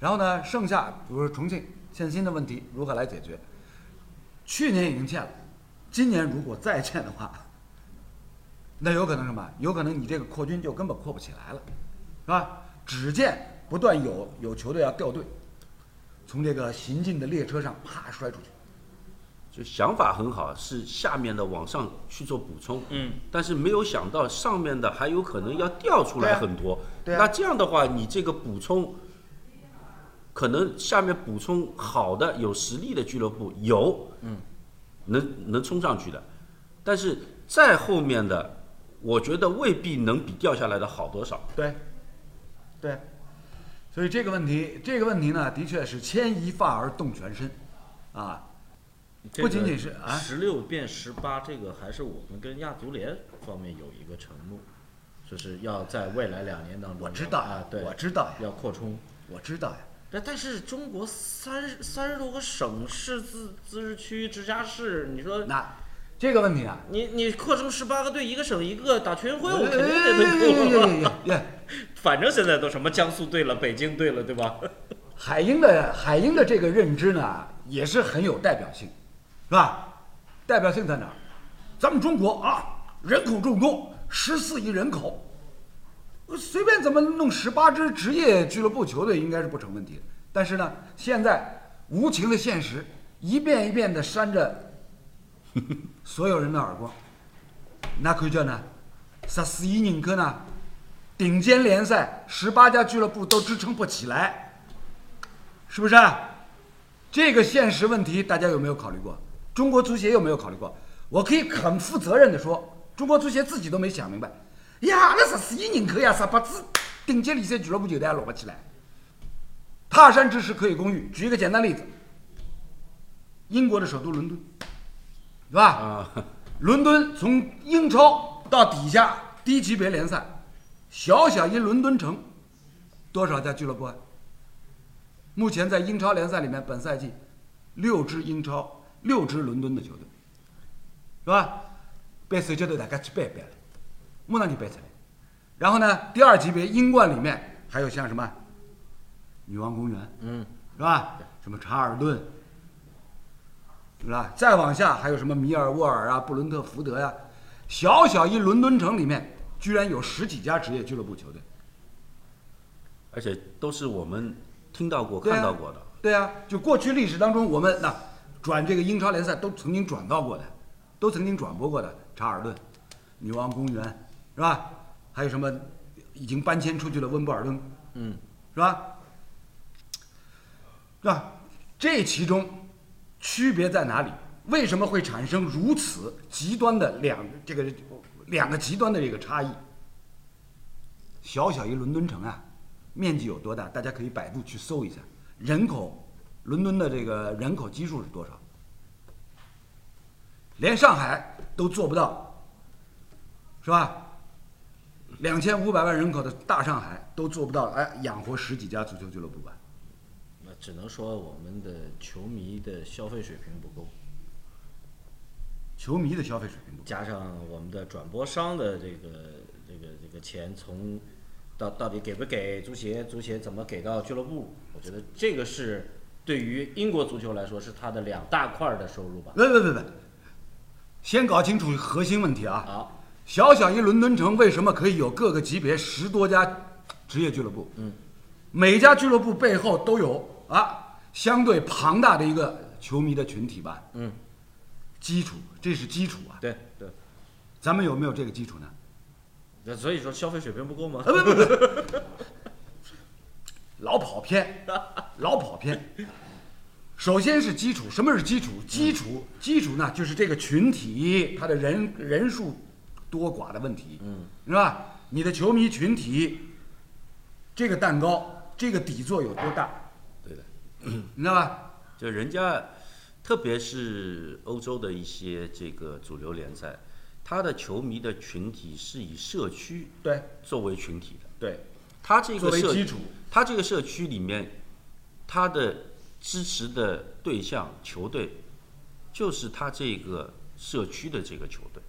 [SPEAKER 1] 然后呢，剩下比如说重庆欠薪的问题如何来解决？去年已经欠了，今年如果再欠的话，那有可能什么？有可能你这个扩军就根本扩不起来了，是吧？只见不断有有球队要掉队，从这个行进的列车上啪摔出去。
[SPEAKER 3] 就想法很好，是下面的往上去做补充，
[SPEAKER 2] 嗯，
[SPEAKER 3] 但是没有想到上面的还有可能要掉出来很多，
[SPEAKER 1] 对啊对啊
[SPEAKER 3] 那这样的话，你这个补充，可能下面补充好的有实力的俱乐部有，嗯，能能冲上去的，但是再后面的，我觉得未必能比掉下来的好多少，
[SPEAKER 1] 对，对，所以这个问题，这个问题呢，的确是牵一发而动全身，啊，不仅仅是啊
[SPEAKER 2] 嗯十六变十八，这个还是我们跟亚足联方面有一个承诺，就是要在未来两年当中，
[SPEAKER 1] 我知道
[SPEAKER 2] 啊，对，
[SPEAKER 1] 我知道呀，
[SPEAKER 2] 要扩充。
[SPEAKER 1] 我知道呀，
[SPEAKER 2] 但但是中国三十三十多个省市自自治区直辖市，你说
[SPEAKER 1] 那这个问题啊，
[SPEAKER 2] 你你扩充十八个队，一个省一个打全运会，
[SPEAKER 1] 哎
[SPEAKER 2] 我肯定得能扩。
[SPEAKER 1] 哎哎哎哎
[SPEAKER 2] 反正现在都什么江苏队了，北京队了，对吧？
[SPEAKER 1] 海英的海英的这个认知呢，也是很有代表性，是吧？代表性在哪儿？咱们中国啊，人口众多，十四亿人口，呃随便怎么弄十八支职业俱乐部球队应该是不成问题的。但是呢，现在无情的现实一遍一遍的扇着所有人的耳光。那看叫呢，十四亿人口呢，顶尖联赛十八家俱乐部都支撑不起来，是不是啊？这个现实问题大家有没有考虑过？中国足协有没有考虑过？我可以很负责任的说，中国足协自己都没想明白。呀，那十四亿人口呀，十八支顶级联赛俱乐部球队也弄不起来。踏山之石可以攻玉，举一个简单例子，英国的首都伦敦，对吧？
[SPEAKER 3] 啊，
[SPEAKER 1] 伦敦从英超到底下低级别联赛，小小一伦敦城，多少家俱乐部啊？目前在英超联赛里面，本赛季六支英超、六支伦敦的球队，是吧？被谁球队大概去掰掰了，木让你掰出来。然后呢，第二级别英冠里面还有像什么女王公园，嗯，是吧？什么查尔顿，是吧？再往下还有什么米尔沃尔啊、布伦特福德呀、小小一伦敦城里面居然有十几家职业俱乐部球队，
[SPEAKER 3] 而且都是我们听到过、
[SPEAKER 1] 对啊
[SPEAKER 3] 看到过的。
[SPEAKER 1] 对啊，就过去历史当中，我们那转这个英超联赛都曾经转到过的，都曾经转播过的，查尔顿、女王公园是吧？还有什么已经搬迁出去了温布尔顿，嗯，是吧？是吧？这其中区别在哪里？为什么会产生如此极端的两这个两个极端的这个差异？小小一伦敦城啊，面积有多大？大家可以百度去搜一下，人口，伦敦的这个人口基数是多少？连上海都做不到，是吧？两千五百万人口的大上海都做不到，哎，养活十几家足球俱乐部吧？
[SPEAKER 2] 那只能说我们的球迷的消费水平不够，
[SPEAKER 1] 球迷的消费水平不
[SPEAKER 2] 加上我们的转播商的这个这个这个钱从到到底给不给足协，足协怎么给到俱乐部？我觉得这个是对于英国足球来说是它的两大块儿的收入吧。
[SPEAKER 1] 够。喂喂喂喂，先搞清楚核心问题啊！
[SPEAKER 2] 好，
[SPEAKER 1] 小小一伦敦城为什么可以有各个级别十多家职业俱乐部？嗯，每家俱乐部背后都有啊相对庞大的一个球迷的群体吧？
[SPEAKER 2] 嗯，
[SPEAKER 1] 基础这是基础啊，
[SPEAKER 2] 对对，
[SPEAKER 1] 咱们有没有这个基础呢？
[SPEAKER 2] 那所以说消费水平不够吗
[SPEAKER 1] 啊？不不不，老跑偏，老跑偏。首先是基础，什么是基础？基础基础呢，就是这个群体它的人人数多寡的问题，嗯，是吧？你的球迷群体，这个蛋糕这个底座有多大？
[SPEAKER 3] 对的，
[SPEAKER 1] 你知道吧？
[SPEAKER 3] 就人家，特别是欧洲的一些这个主流联赛，他的球迷的群体是以社区
[SPEAKER 1] 对
[SPEAKER 3] 作为群体的。
[SPEAKER 1] 对，
[SPEAKER 3] 他这
[SPEAKER 1] 作
[SPEAKER 3] 个
[SPEAKER 1] 为
[SPEAKER 3] 社
[SPEAKER 1] 基础，
[SPEAKER 3] 他这个社区里面，他的支持的对象球队，就是他这个社区的这个球队，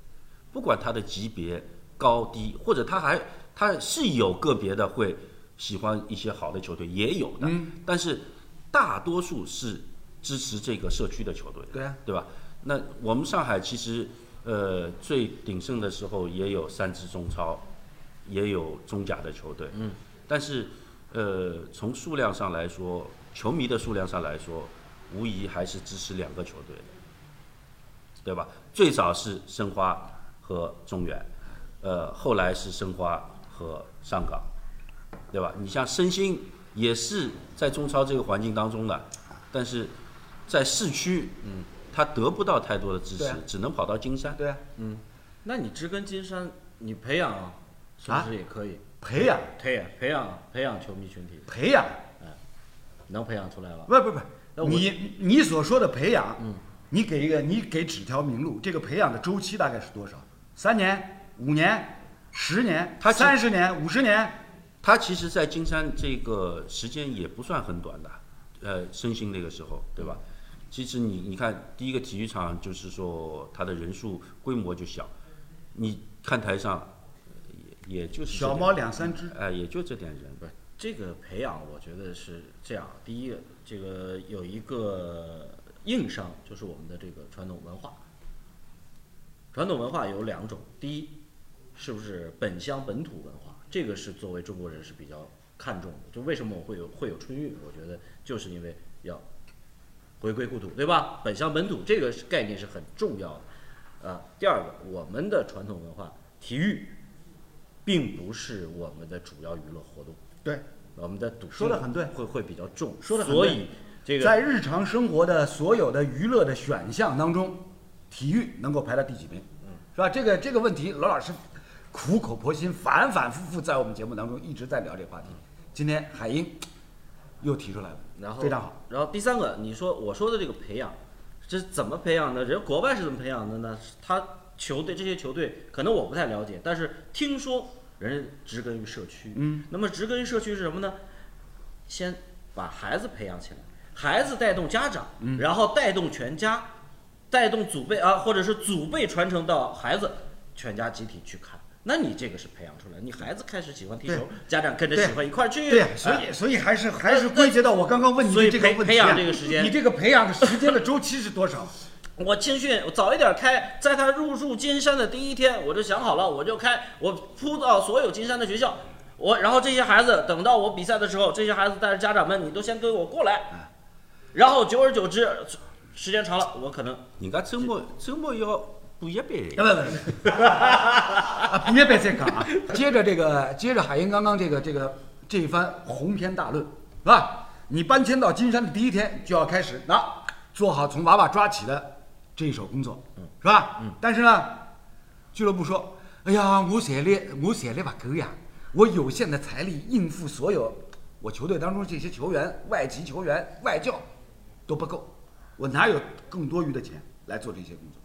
[SPEAKER 3] 不管他的级别高低，或者他还他是有个别的会喜欢一些好的球队，也有的，但是大多数是支持这个社区的球队的。
[SPEAKER 1] 对啊，
[SPEAKER 3] 对吧？那我们上海其实呃最鼎盛的时候也有三支中超，也有中甲的球队，嗯，但是呃从数量上来说，球迷的数量上来说，无疑还是支持两个球队的，对吧？最早是申花和中原，呃后来是申花和上港，对吧？你像申鑫也是在中超这个环境当中的，但是在市区，嗯，他得不到太多的支持，
[SPEAKER 1] 对啊
[SPEAKER 3] 只能跑到金山。
[SPEAKER 1] 对啊，
[SPEAKER 2] 那你知根金山，你培养啊是不
[SPEAKER 1] 啊
[SPEAKER 2] 是也可以？
[SPEAKER 1] 培养
[SPEAKER 2] 培养培养培养球迷群体，
[SPEAKER 1] 培养，
[SPEAKER 2] 能培养出来了。
[SPEAKER 1] 不不
[SPEAKER 2] 那
[SPEAKER 1] 不，
[SPEAKER 2] 我
[SPEAKER 1] 你你所说的培养，你给一个，你给指条明路，这个培养的周期大概是多少？三年、五年、十年、
[SPEAKER 3] 他其
[SPEAKER 1] 三十年、五十年？
[SPEAKER 3] 他其实，在金山这个时间也不算很短的，呃，身心那个时候，对吧？其实你你看，第一个体育场就是说它的人数规模就小，你看台上呃也也就是这
[SPEAKER 1] 小
[SPEAKER 3] 点
[SPEAKER 1] 猫，两三只，
[SPEAKER 3] 哎、也就这点人。
[SPEAKER 2] 不是这个培养，我觉得是这样。第一个，这个有一个硬伤，就是我们的这个传统文化。传统文化有两种，第一，是不是本乡本土文化，这个是作为中国人是比较看重的。就为什么我会有会有春运，我觉得就是因为要回归故土，对吧？本乡本土这个是概念是很重要的。啊，第二个，我们的传统文化体育，并不是我们的主要娱乐活动，
[SPEAKER 1] 对，
[SPEAKER 2] 我们的赌性
[SPEAKER 1] 说得很对
[SPEAKER 2] 会会比较重，
[SPEAKER 1] 说得很
[SPEAKER 2] 所
[SPEAKER 1] 对
[SPEAKER 2] 以这个
[SPEAKER 1] 在日常生活的所有的娱乐的选项当中，体育能够排到第几名？是吧？这个这个问题，罗老师苦口婆心、反反复复在我们节目当中一直在聊这个话题。今天海英又提出来了，
[SPEAKER 2] 然后
[SPEAKER 1] 非常好。。
[SPEAKER 2] 然后第三个，你说我说的这个培养，这是怎么培养的？人国外是怎么培养的呢？他球队这些球队可能我不太了解，但是听说人家植根于社区。
[SPEAKER 1] 嗯，
[SPEAKER 2] 那么植根于社区是什么呢？先把孩子培养起来，孩子带动家长，
[SPEAKER 1] 嗯
[SPEAKER 2] 然后带动全家，带动祖辈啊，或者是祖辈传承到孩子，全家集体去看。那你这个是培养出来，你孩子开始喜欢踢球
[SPEAKER 1] 对，
[SPEAKER 2] 家长跟着
[SPEAKER 1] 对
[SPEAKER 2] 喜欢一块儿去。
[SPEAKER 1] 对呀，所
[SPEAKER 2] 哎
[SPEAKER 1] 以所以还是还是归结到我刚刚问你
[SPEAKER 2] 所
[SPEAKER 1] 的
[SPEAKER 2] 以
[SPEAKER 1] 这个
[SPEAKER 2] 培
[SPEAKER 1] 问
[SPEAKER 2] 培
[SPEAKER 1] 题啊
[SPEAKER 2] 养这个时间
[SPEAKER 1] 你这个培养的时间的周期是多少？
[SPEAKER 2] 我青训我早一点开，在他入驻金山的第一天，我就想好了，我就开，我铺到所有金山的学校，我然后这些孩子等到我比赛的时候，这些孩子带着家长们，你都先跟我过来，然后久而久之，时间长了，我可能
[SPEAKER 3] 人家周末周末要补一班。
[SPEAKER 1] 啊不不不，啊别别这个啊！接着这个，接着海英刚刚这个这个这一番鸿篇大论，是吧？你搬迁到金山的第一天就要开始啊，做好从娃娃抓起的这一手工作，是吧？嗯。但是呢，俱乐部说：“哎呀，我财力我财力不够呀，我有限的财力应付所有我球队当中这些球员、外籍球员、外教都不够，我哪有更多余的钱来做这些工作？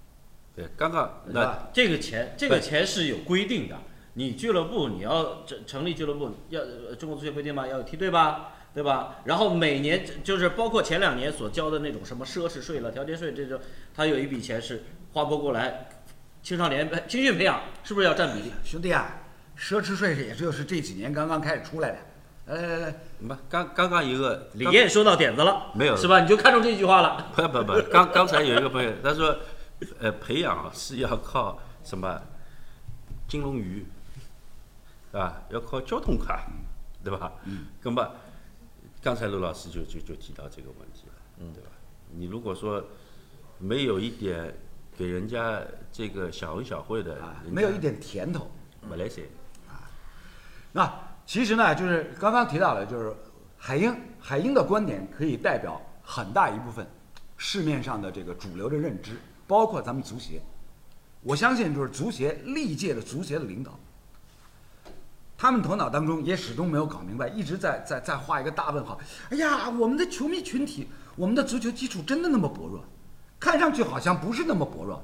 [SPEAKER 3] 对，刚刚
[SPEAKER 1] 对
[SPEAKER 3] 那
[SPEAKER 1] 吧？
[SPEAKER 2] 这个钱，这个钱是有规定的。你俱乐部你要成成立俱乐部，要呃中国足协规定吧，要有梯队吧，对吧？然后每年就是包括前两年所交的那种什么奢侈税了、调节税这种，他有一笔钱是划拨过来，青少年培青训培养是不是要占比例？
[SPEAKER 1] 兄弟啊，奢侈税也就是这几年刚刚开始出来的。呃来来来来，
[SPEAKER 3] 没刚刚刚有个
[SPEAKER 2] 李艳说到点子了，
[SPEAKER 3] 没有
[SPEAKER 2] 是吧？你就看中这句话了。
[SPEAKER 3] 不不不，刚刚才有一个朋友他说，呃，培养啊是要靠什么金龙鱼，是吧？要靠交通卡，对吧？嗯。那么刚才陆老师就就就提到这个问题了，嗯，对吧？你如果说没有一点给人家这个小恩小惠的，
[SPEAKER 1] 啊，
[SPEAKER 3] 人家
[SPEAKER 1] 没有一点甜头。
[SPEAKER 3] 没来塞。
[SPEAKER 1] 那其实呢，就是刚刚提到了，就是海英，海英的观点可以代表很大一部分市面上的这个主流的认知，包括咱们足协。我相信，就是足协历届的足协的领导，他们头脑当中也始终没有搞明白，一直在在在画一个大问号。哎呀，我们的球迷群体，我们的足球基础真的那么薄弱？看上去好像不是那么薄弱，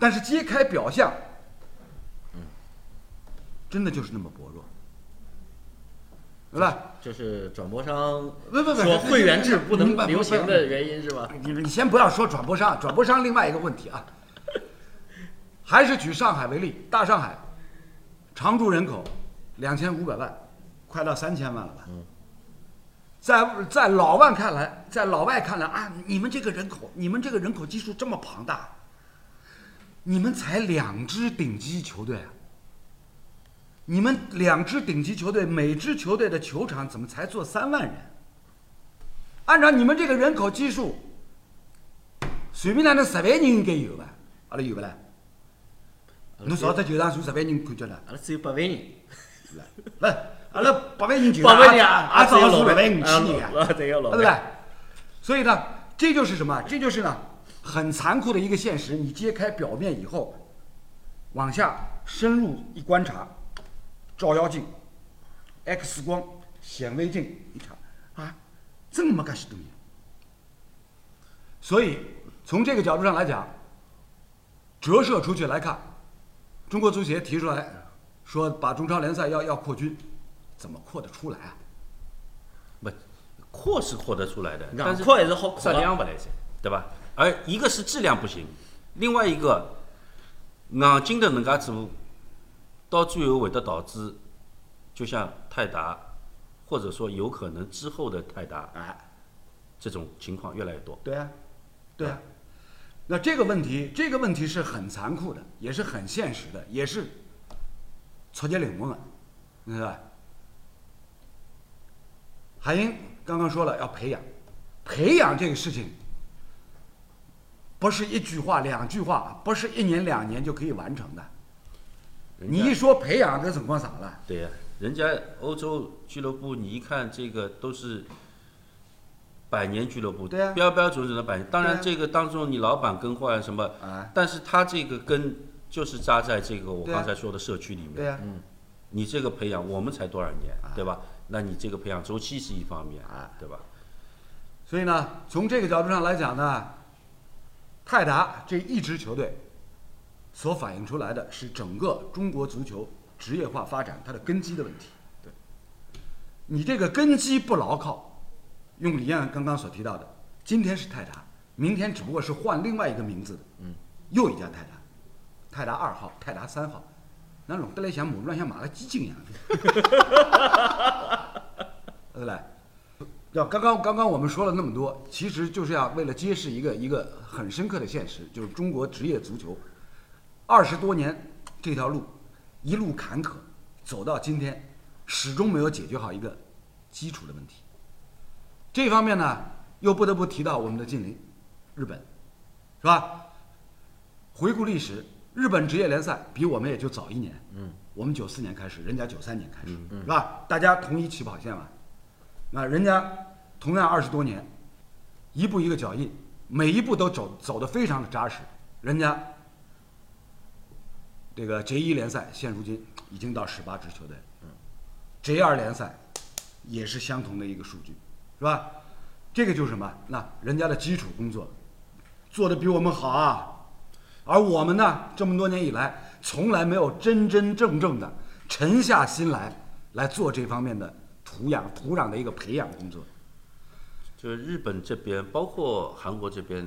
[SPEAKER 1] 但是揭开表象，真的就是那么薄弱，对吧？
[SPEAKER 2] 这是转播商
[SPEAKER 1] 不不不
[SPEAKER 2] 说会员制不
[SPEAKER 1] 明白
[SPEAKER 2] 能
[SPEAKER 1] 明白
[SPEAKER 2] 流行的原因是吧？
[SPEAKER 1] 你你先不要说转播商，转播商另外一个问题啊，还是举上海为例，大上海常住人口两千五百万，快到三千万了吧？在在老外看来，在老外看来啊，你们这个人口，你们这个人口基数这么庞大，你们才两支顶级球队啊。你们两支顶级球队，每支球队的球场怎么才坐三万人？按照你们这个人口基数，随便哪能十万人应该有吧？阿拉有不啦？
[SPEAKER 2] 嗯
[SPEAKER 1] 侬造只球场坐十万人看叫啦？
[SPEAKER 2] 阿拉只有八万人，
[SPEAKER 1] 不，阿拉八万人球
[SPEAKER 2] 八
[SPEAKER 1] 场，
[SPEAKER 2] 万人
[SPEAKER 1] 阿
[SPEAKER 2] 只
[SPEAKER 1] 造
[SPEAKER 2] 有
[SPEAKER 1] 是
[SPEAKER 2] 老
[SPEAKER 1] 六
[SPEAKER 2] 板
[SPEAKER 1] 万五千人啊，
[SPEAKER 2] 啊，只有老
[SPEAKER 1] 对不对？所以呢，这就是什么？这就是呢，很残酷的一个现实。你揭开表面以后，往下深入一观察，照妖镜、X 光、显微镜一查，啊，这么个许东西。所以从这个角度上来讲，折射出去来看，中国足协提出来说把中超联赛要要扩军，怎么扩得出来啊？
[SPEAKER 3] 不，扩是扩得出来的，但
[SPEAKER 2] 硬
[SPEAKER 3] 是
[SPEAKER 2] 扩也是好
[SPEAKER 3] 质
[SPEAKER 2] 扩啊。
[SPEAKER 3] 量不来塞，对吧？而一个是质量不行，另外一个硬劲头能介做，到最后会得导致，就像泰达，或者说有可能之后的泰达
[SPEAKER 1] 哎，
[SPEAKER 3] 这种情况越来越多。
[SPEAKER 1] 对啊，对啊。那这个问题，这个问题是很残酷的，也是很现实的，也是撮结领过们，你看啊吧？海英刚刚说了要培养，培养这个事情，不是一句话两句话，不是一年两年就可以完成的。
[SPEAKER 3] 人
[SPEAKER 1] 你
[SPEAKER 3] 家
[SPEAKER 1] 一说培养，这情况咋了？
[SPEAKER 3] 对呀、人家欧洲俱乐部，你一看这个都是百年俱乐部，
[SPEAKER 1] 对啊
[SPEAKER 3] 标标准准的百年。当
[SPEAKER 1] 对
[SPEAKER 3] 然，
[SPEAKER 1] 啊
[SPEAKER 3] 这个当中你老板更换什么，
[SPEAKER 1] 啊，
[SPEAKER 3] 但是他这个根就是扎在这个我
[SPEAKER 1] 对啊
[SPEAKER 3] 刚才说的社区里面。
[SPEAKER 1] 对啊呀、
[SPEAKER 3] 你这个培养，我们才多少年，对吧？那你这个培养周期是一方面，
[SPEAKER 1] 啊
[SPEAKER 3] 对吧？
[SPEAKER 1] 所以呢，从这个角度上来讲呢，泰达这一支球队所反映出来的是整个中国足球职业化发展它的根基的问题。
[SPEAKER 2] 对，
[SPEAKER 1] 你这个根基不牢靠，用李艳刚刚所提到的，今天是泰达，明天只不过是换另外一个名字的，嗯，又一家泰达，泰达二号、泰达三号，那弄得来像母乱像马个鸡精一样， 对不对？ 要刚刚刚刚我们说了那么多，其实就是要为了揭示一个一个很深刻的现实，就是中国职业足球二十多年这条路一路坎坷走到今天，始终没有解决好一个基础的问题。这方面呢，又不得不提到我们的近邻日本，是吧？回顾历史，日本职业联赛比我们也就早一年，嗯，我们九四年开始，人家九三年开始，是吧？大家同一起跑线嘛。那人家同样二十多年，一步一个脚印，每一步都走走得非常的扎实。人家这个 J 一联赛现如今已经到十八支球队，J 二联赛也是相同的一个数据，是吧？这个就是什么？那人家的基础工作做得比我们好啊，而我们呢，这么多年以来，从来没有真真正正的沉下心来来做这方面的土壤土壤的一个培养工作。
[SPEAKER 3] 就是日本这边，包括韩国这边，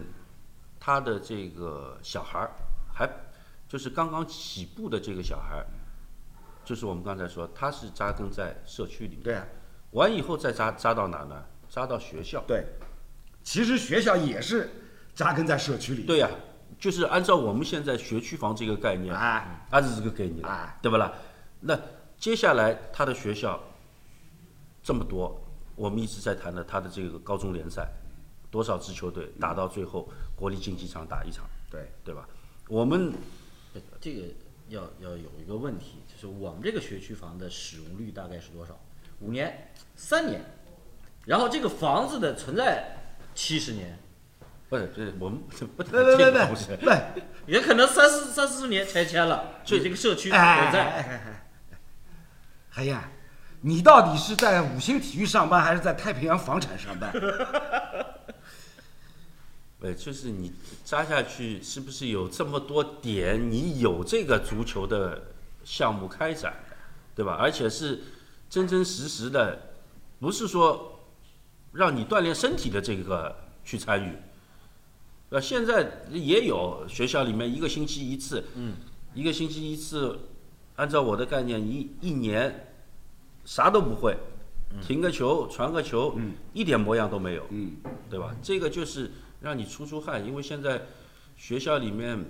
[SPEAKER 3] 他的这个小孩儿，还就是刚刚起步的这个小孩儿，就是我们刚才说，他是扎根在社区里面，
[SPEAKER 1] 对啊，
[SPEAKER 3] 完以后再扎扎到哪呢？扎到学校。
[SPEAKER 1] 对，其实学校也是扎根在社区里。
[SPEAKER 3] 对呀、就是按照我们现在学区房这个概念，
[SPEAKER 1] 哎，
[SPEAKER 3] 按照这个给你了，
[SPEAKER 1] 哎
[SPEAKER 3] 对不啦？那接下来他的学校这么多，我们一直在谈的他的这个高中联赛，多少支球队打到最后国立竞技场打一场，
[SPEAKER 1] 对
[SPEAKER 3] 对吧？我们
[SPEAKER 2] 呃这个要要有一个问题，就是我们这个学区房的使用率大概是多少？五年、三年，然后这个房子的存在七十年，
[SPEAKER 3] 不是，不是我们不谈
[SPEAKER 1] 对对
[SPEAKER 3] 这
[SPEAKER 1] 对
[SPEAKER 3] 个
[SPEAKER 1] 对
[SPEAKER 3] 不是，
[SPEAKER 1] 对，
[SPEAKER 2] 也可能三四三四十年拆迁了，所以这个社区
[SPEAKER 1] 哎哎
[SPEAKER 2] 还
[SPEAKER 1] 哎
[SPEAKER 2] 在。
[SPEAKER 1] 哎哎，海燕，你到底是在五星体育上班，还是在太平洋房产上班？
[SPEAKER 3] 呃，就是你扎下去是不是有这么多点？你有这个足球的项目开展，对吧？而且是真真实实的，不是说让你锻炼身体的这个去参与。呃，现在也有学校里面一个星期一次，嗯，一个星期一次，按照我的概念，一一年啥都不会，停个球，传个球，一点模样都没有，
[SPEAKER 1] 嗯，
[SPEAKER 3] 对吧？这个就是让你出出汗，因为现在学校里面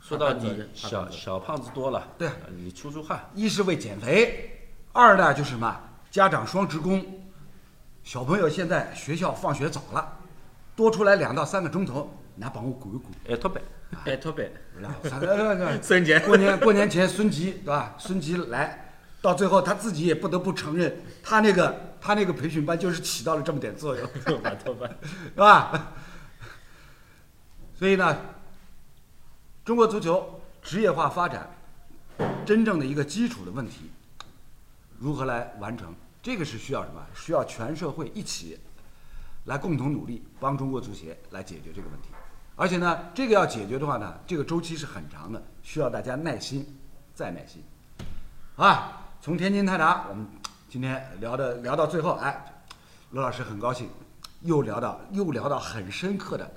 [SPEAKER 3] 说到
[SPEAKER 2] 怕胖
[SPEAKER 3] 底
[SPEAKER 2] 子，怕
[SPEAKER 3] 小
[SPEAKER 2] 胖子
[SPEAKER 3] 小胖子多了，
[SPEAKER 1] 对
[SPEAKER 3] 呃你出出汗，
[SPEAKER 1] 一是为减肥，二呢就是什么？家长双职工，小朋友现在学校放学早了，多出来两到三个钟头，拿帮我鼓一鼓。
[SPEAKER 3] 哎，特别
[SPEAKER 2] 哎，特别
[SPEAKER 1] 然后三个对对对
[SPEAKER 2] 孙杰
[SPEAKER 1] 过年过年前孙吉对吧？孙吉来，到最后他自己也不得不承认，他那个他那个培训班就是起到了这么点作用，
[SPEAKER 2] 把头发，
[SPEAKER 1] 是吧？所以呢，中国足球职业化发展真正的一个基础的问题，如何来完成？这个是需要什么？需要全社会一起来共同努力，帮中国足协来解决这个问题。而且呢，这个要解决的话呢，这个周期是很长的，需要大家耐心，再耐心。啊，从天津泰达，我们今天聊的聊到最后，哎，罗老师很高兴，又聊到又聊到很深刻的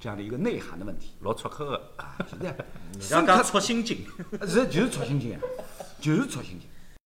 [SPEAKER 1] 这样的一个内涵的问题
[SPEAKER 3] 老出口的。
[SPEAKER 1] 啊，是这样呃
[SPEAKER 2] 让他戳心经。
[SPEAKER 1] 这就是戳心经啊，就是戳心经。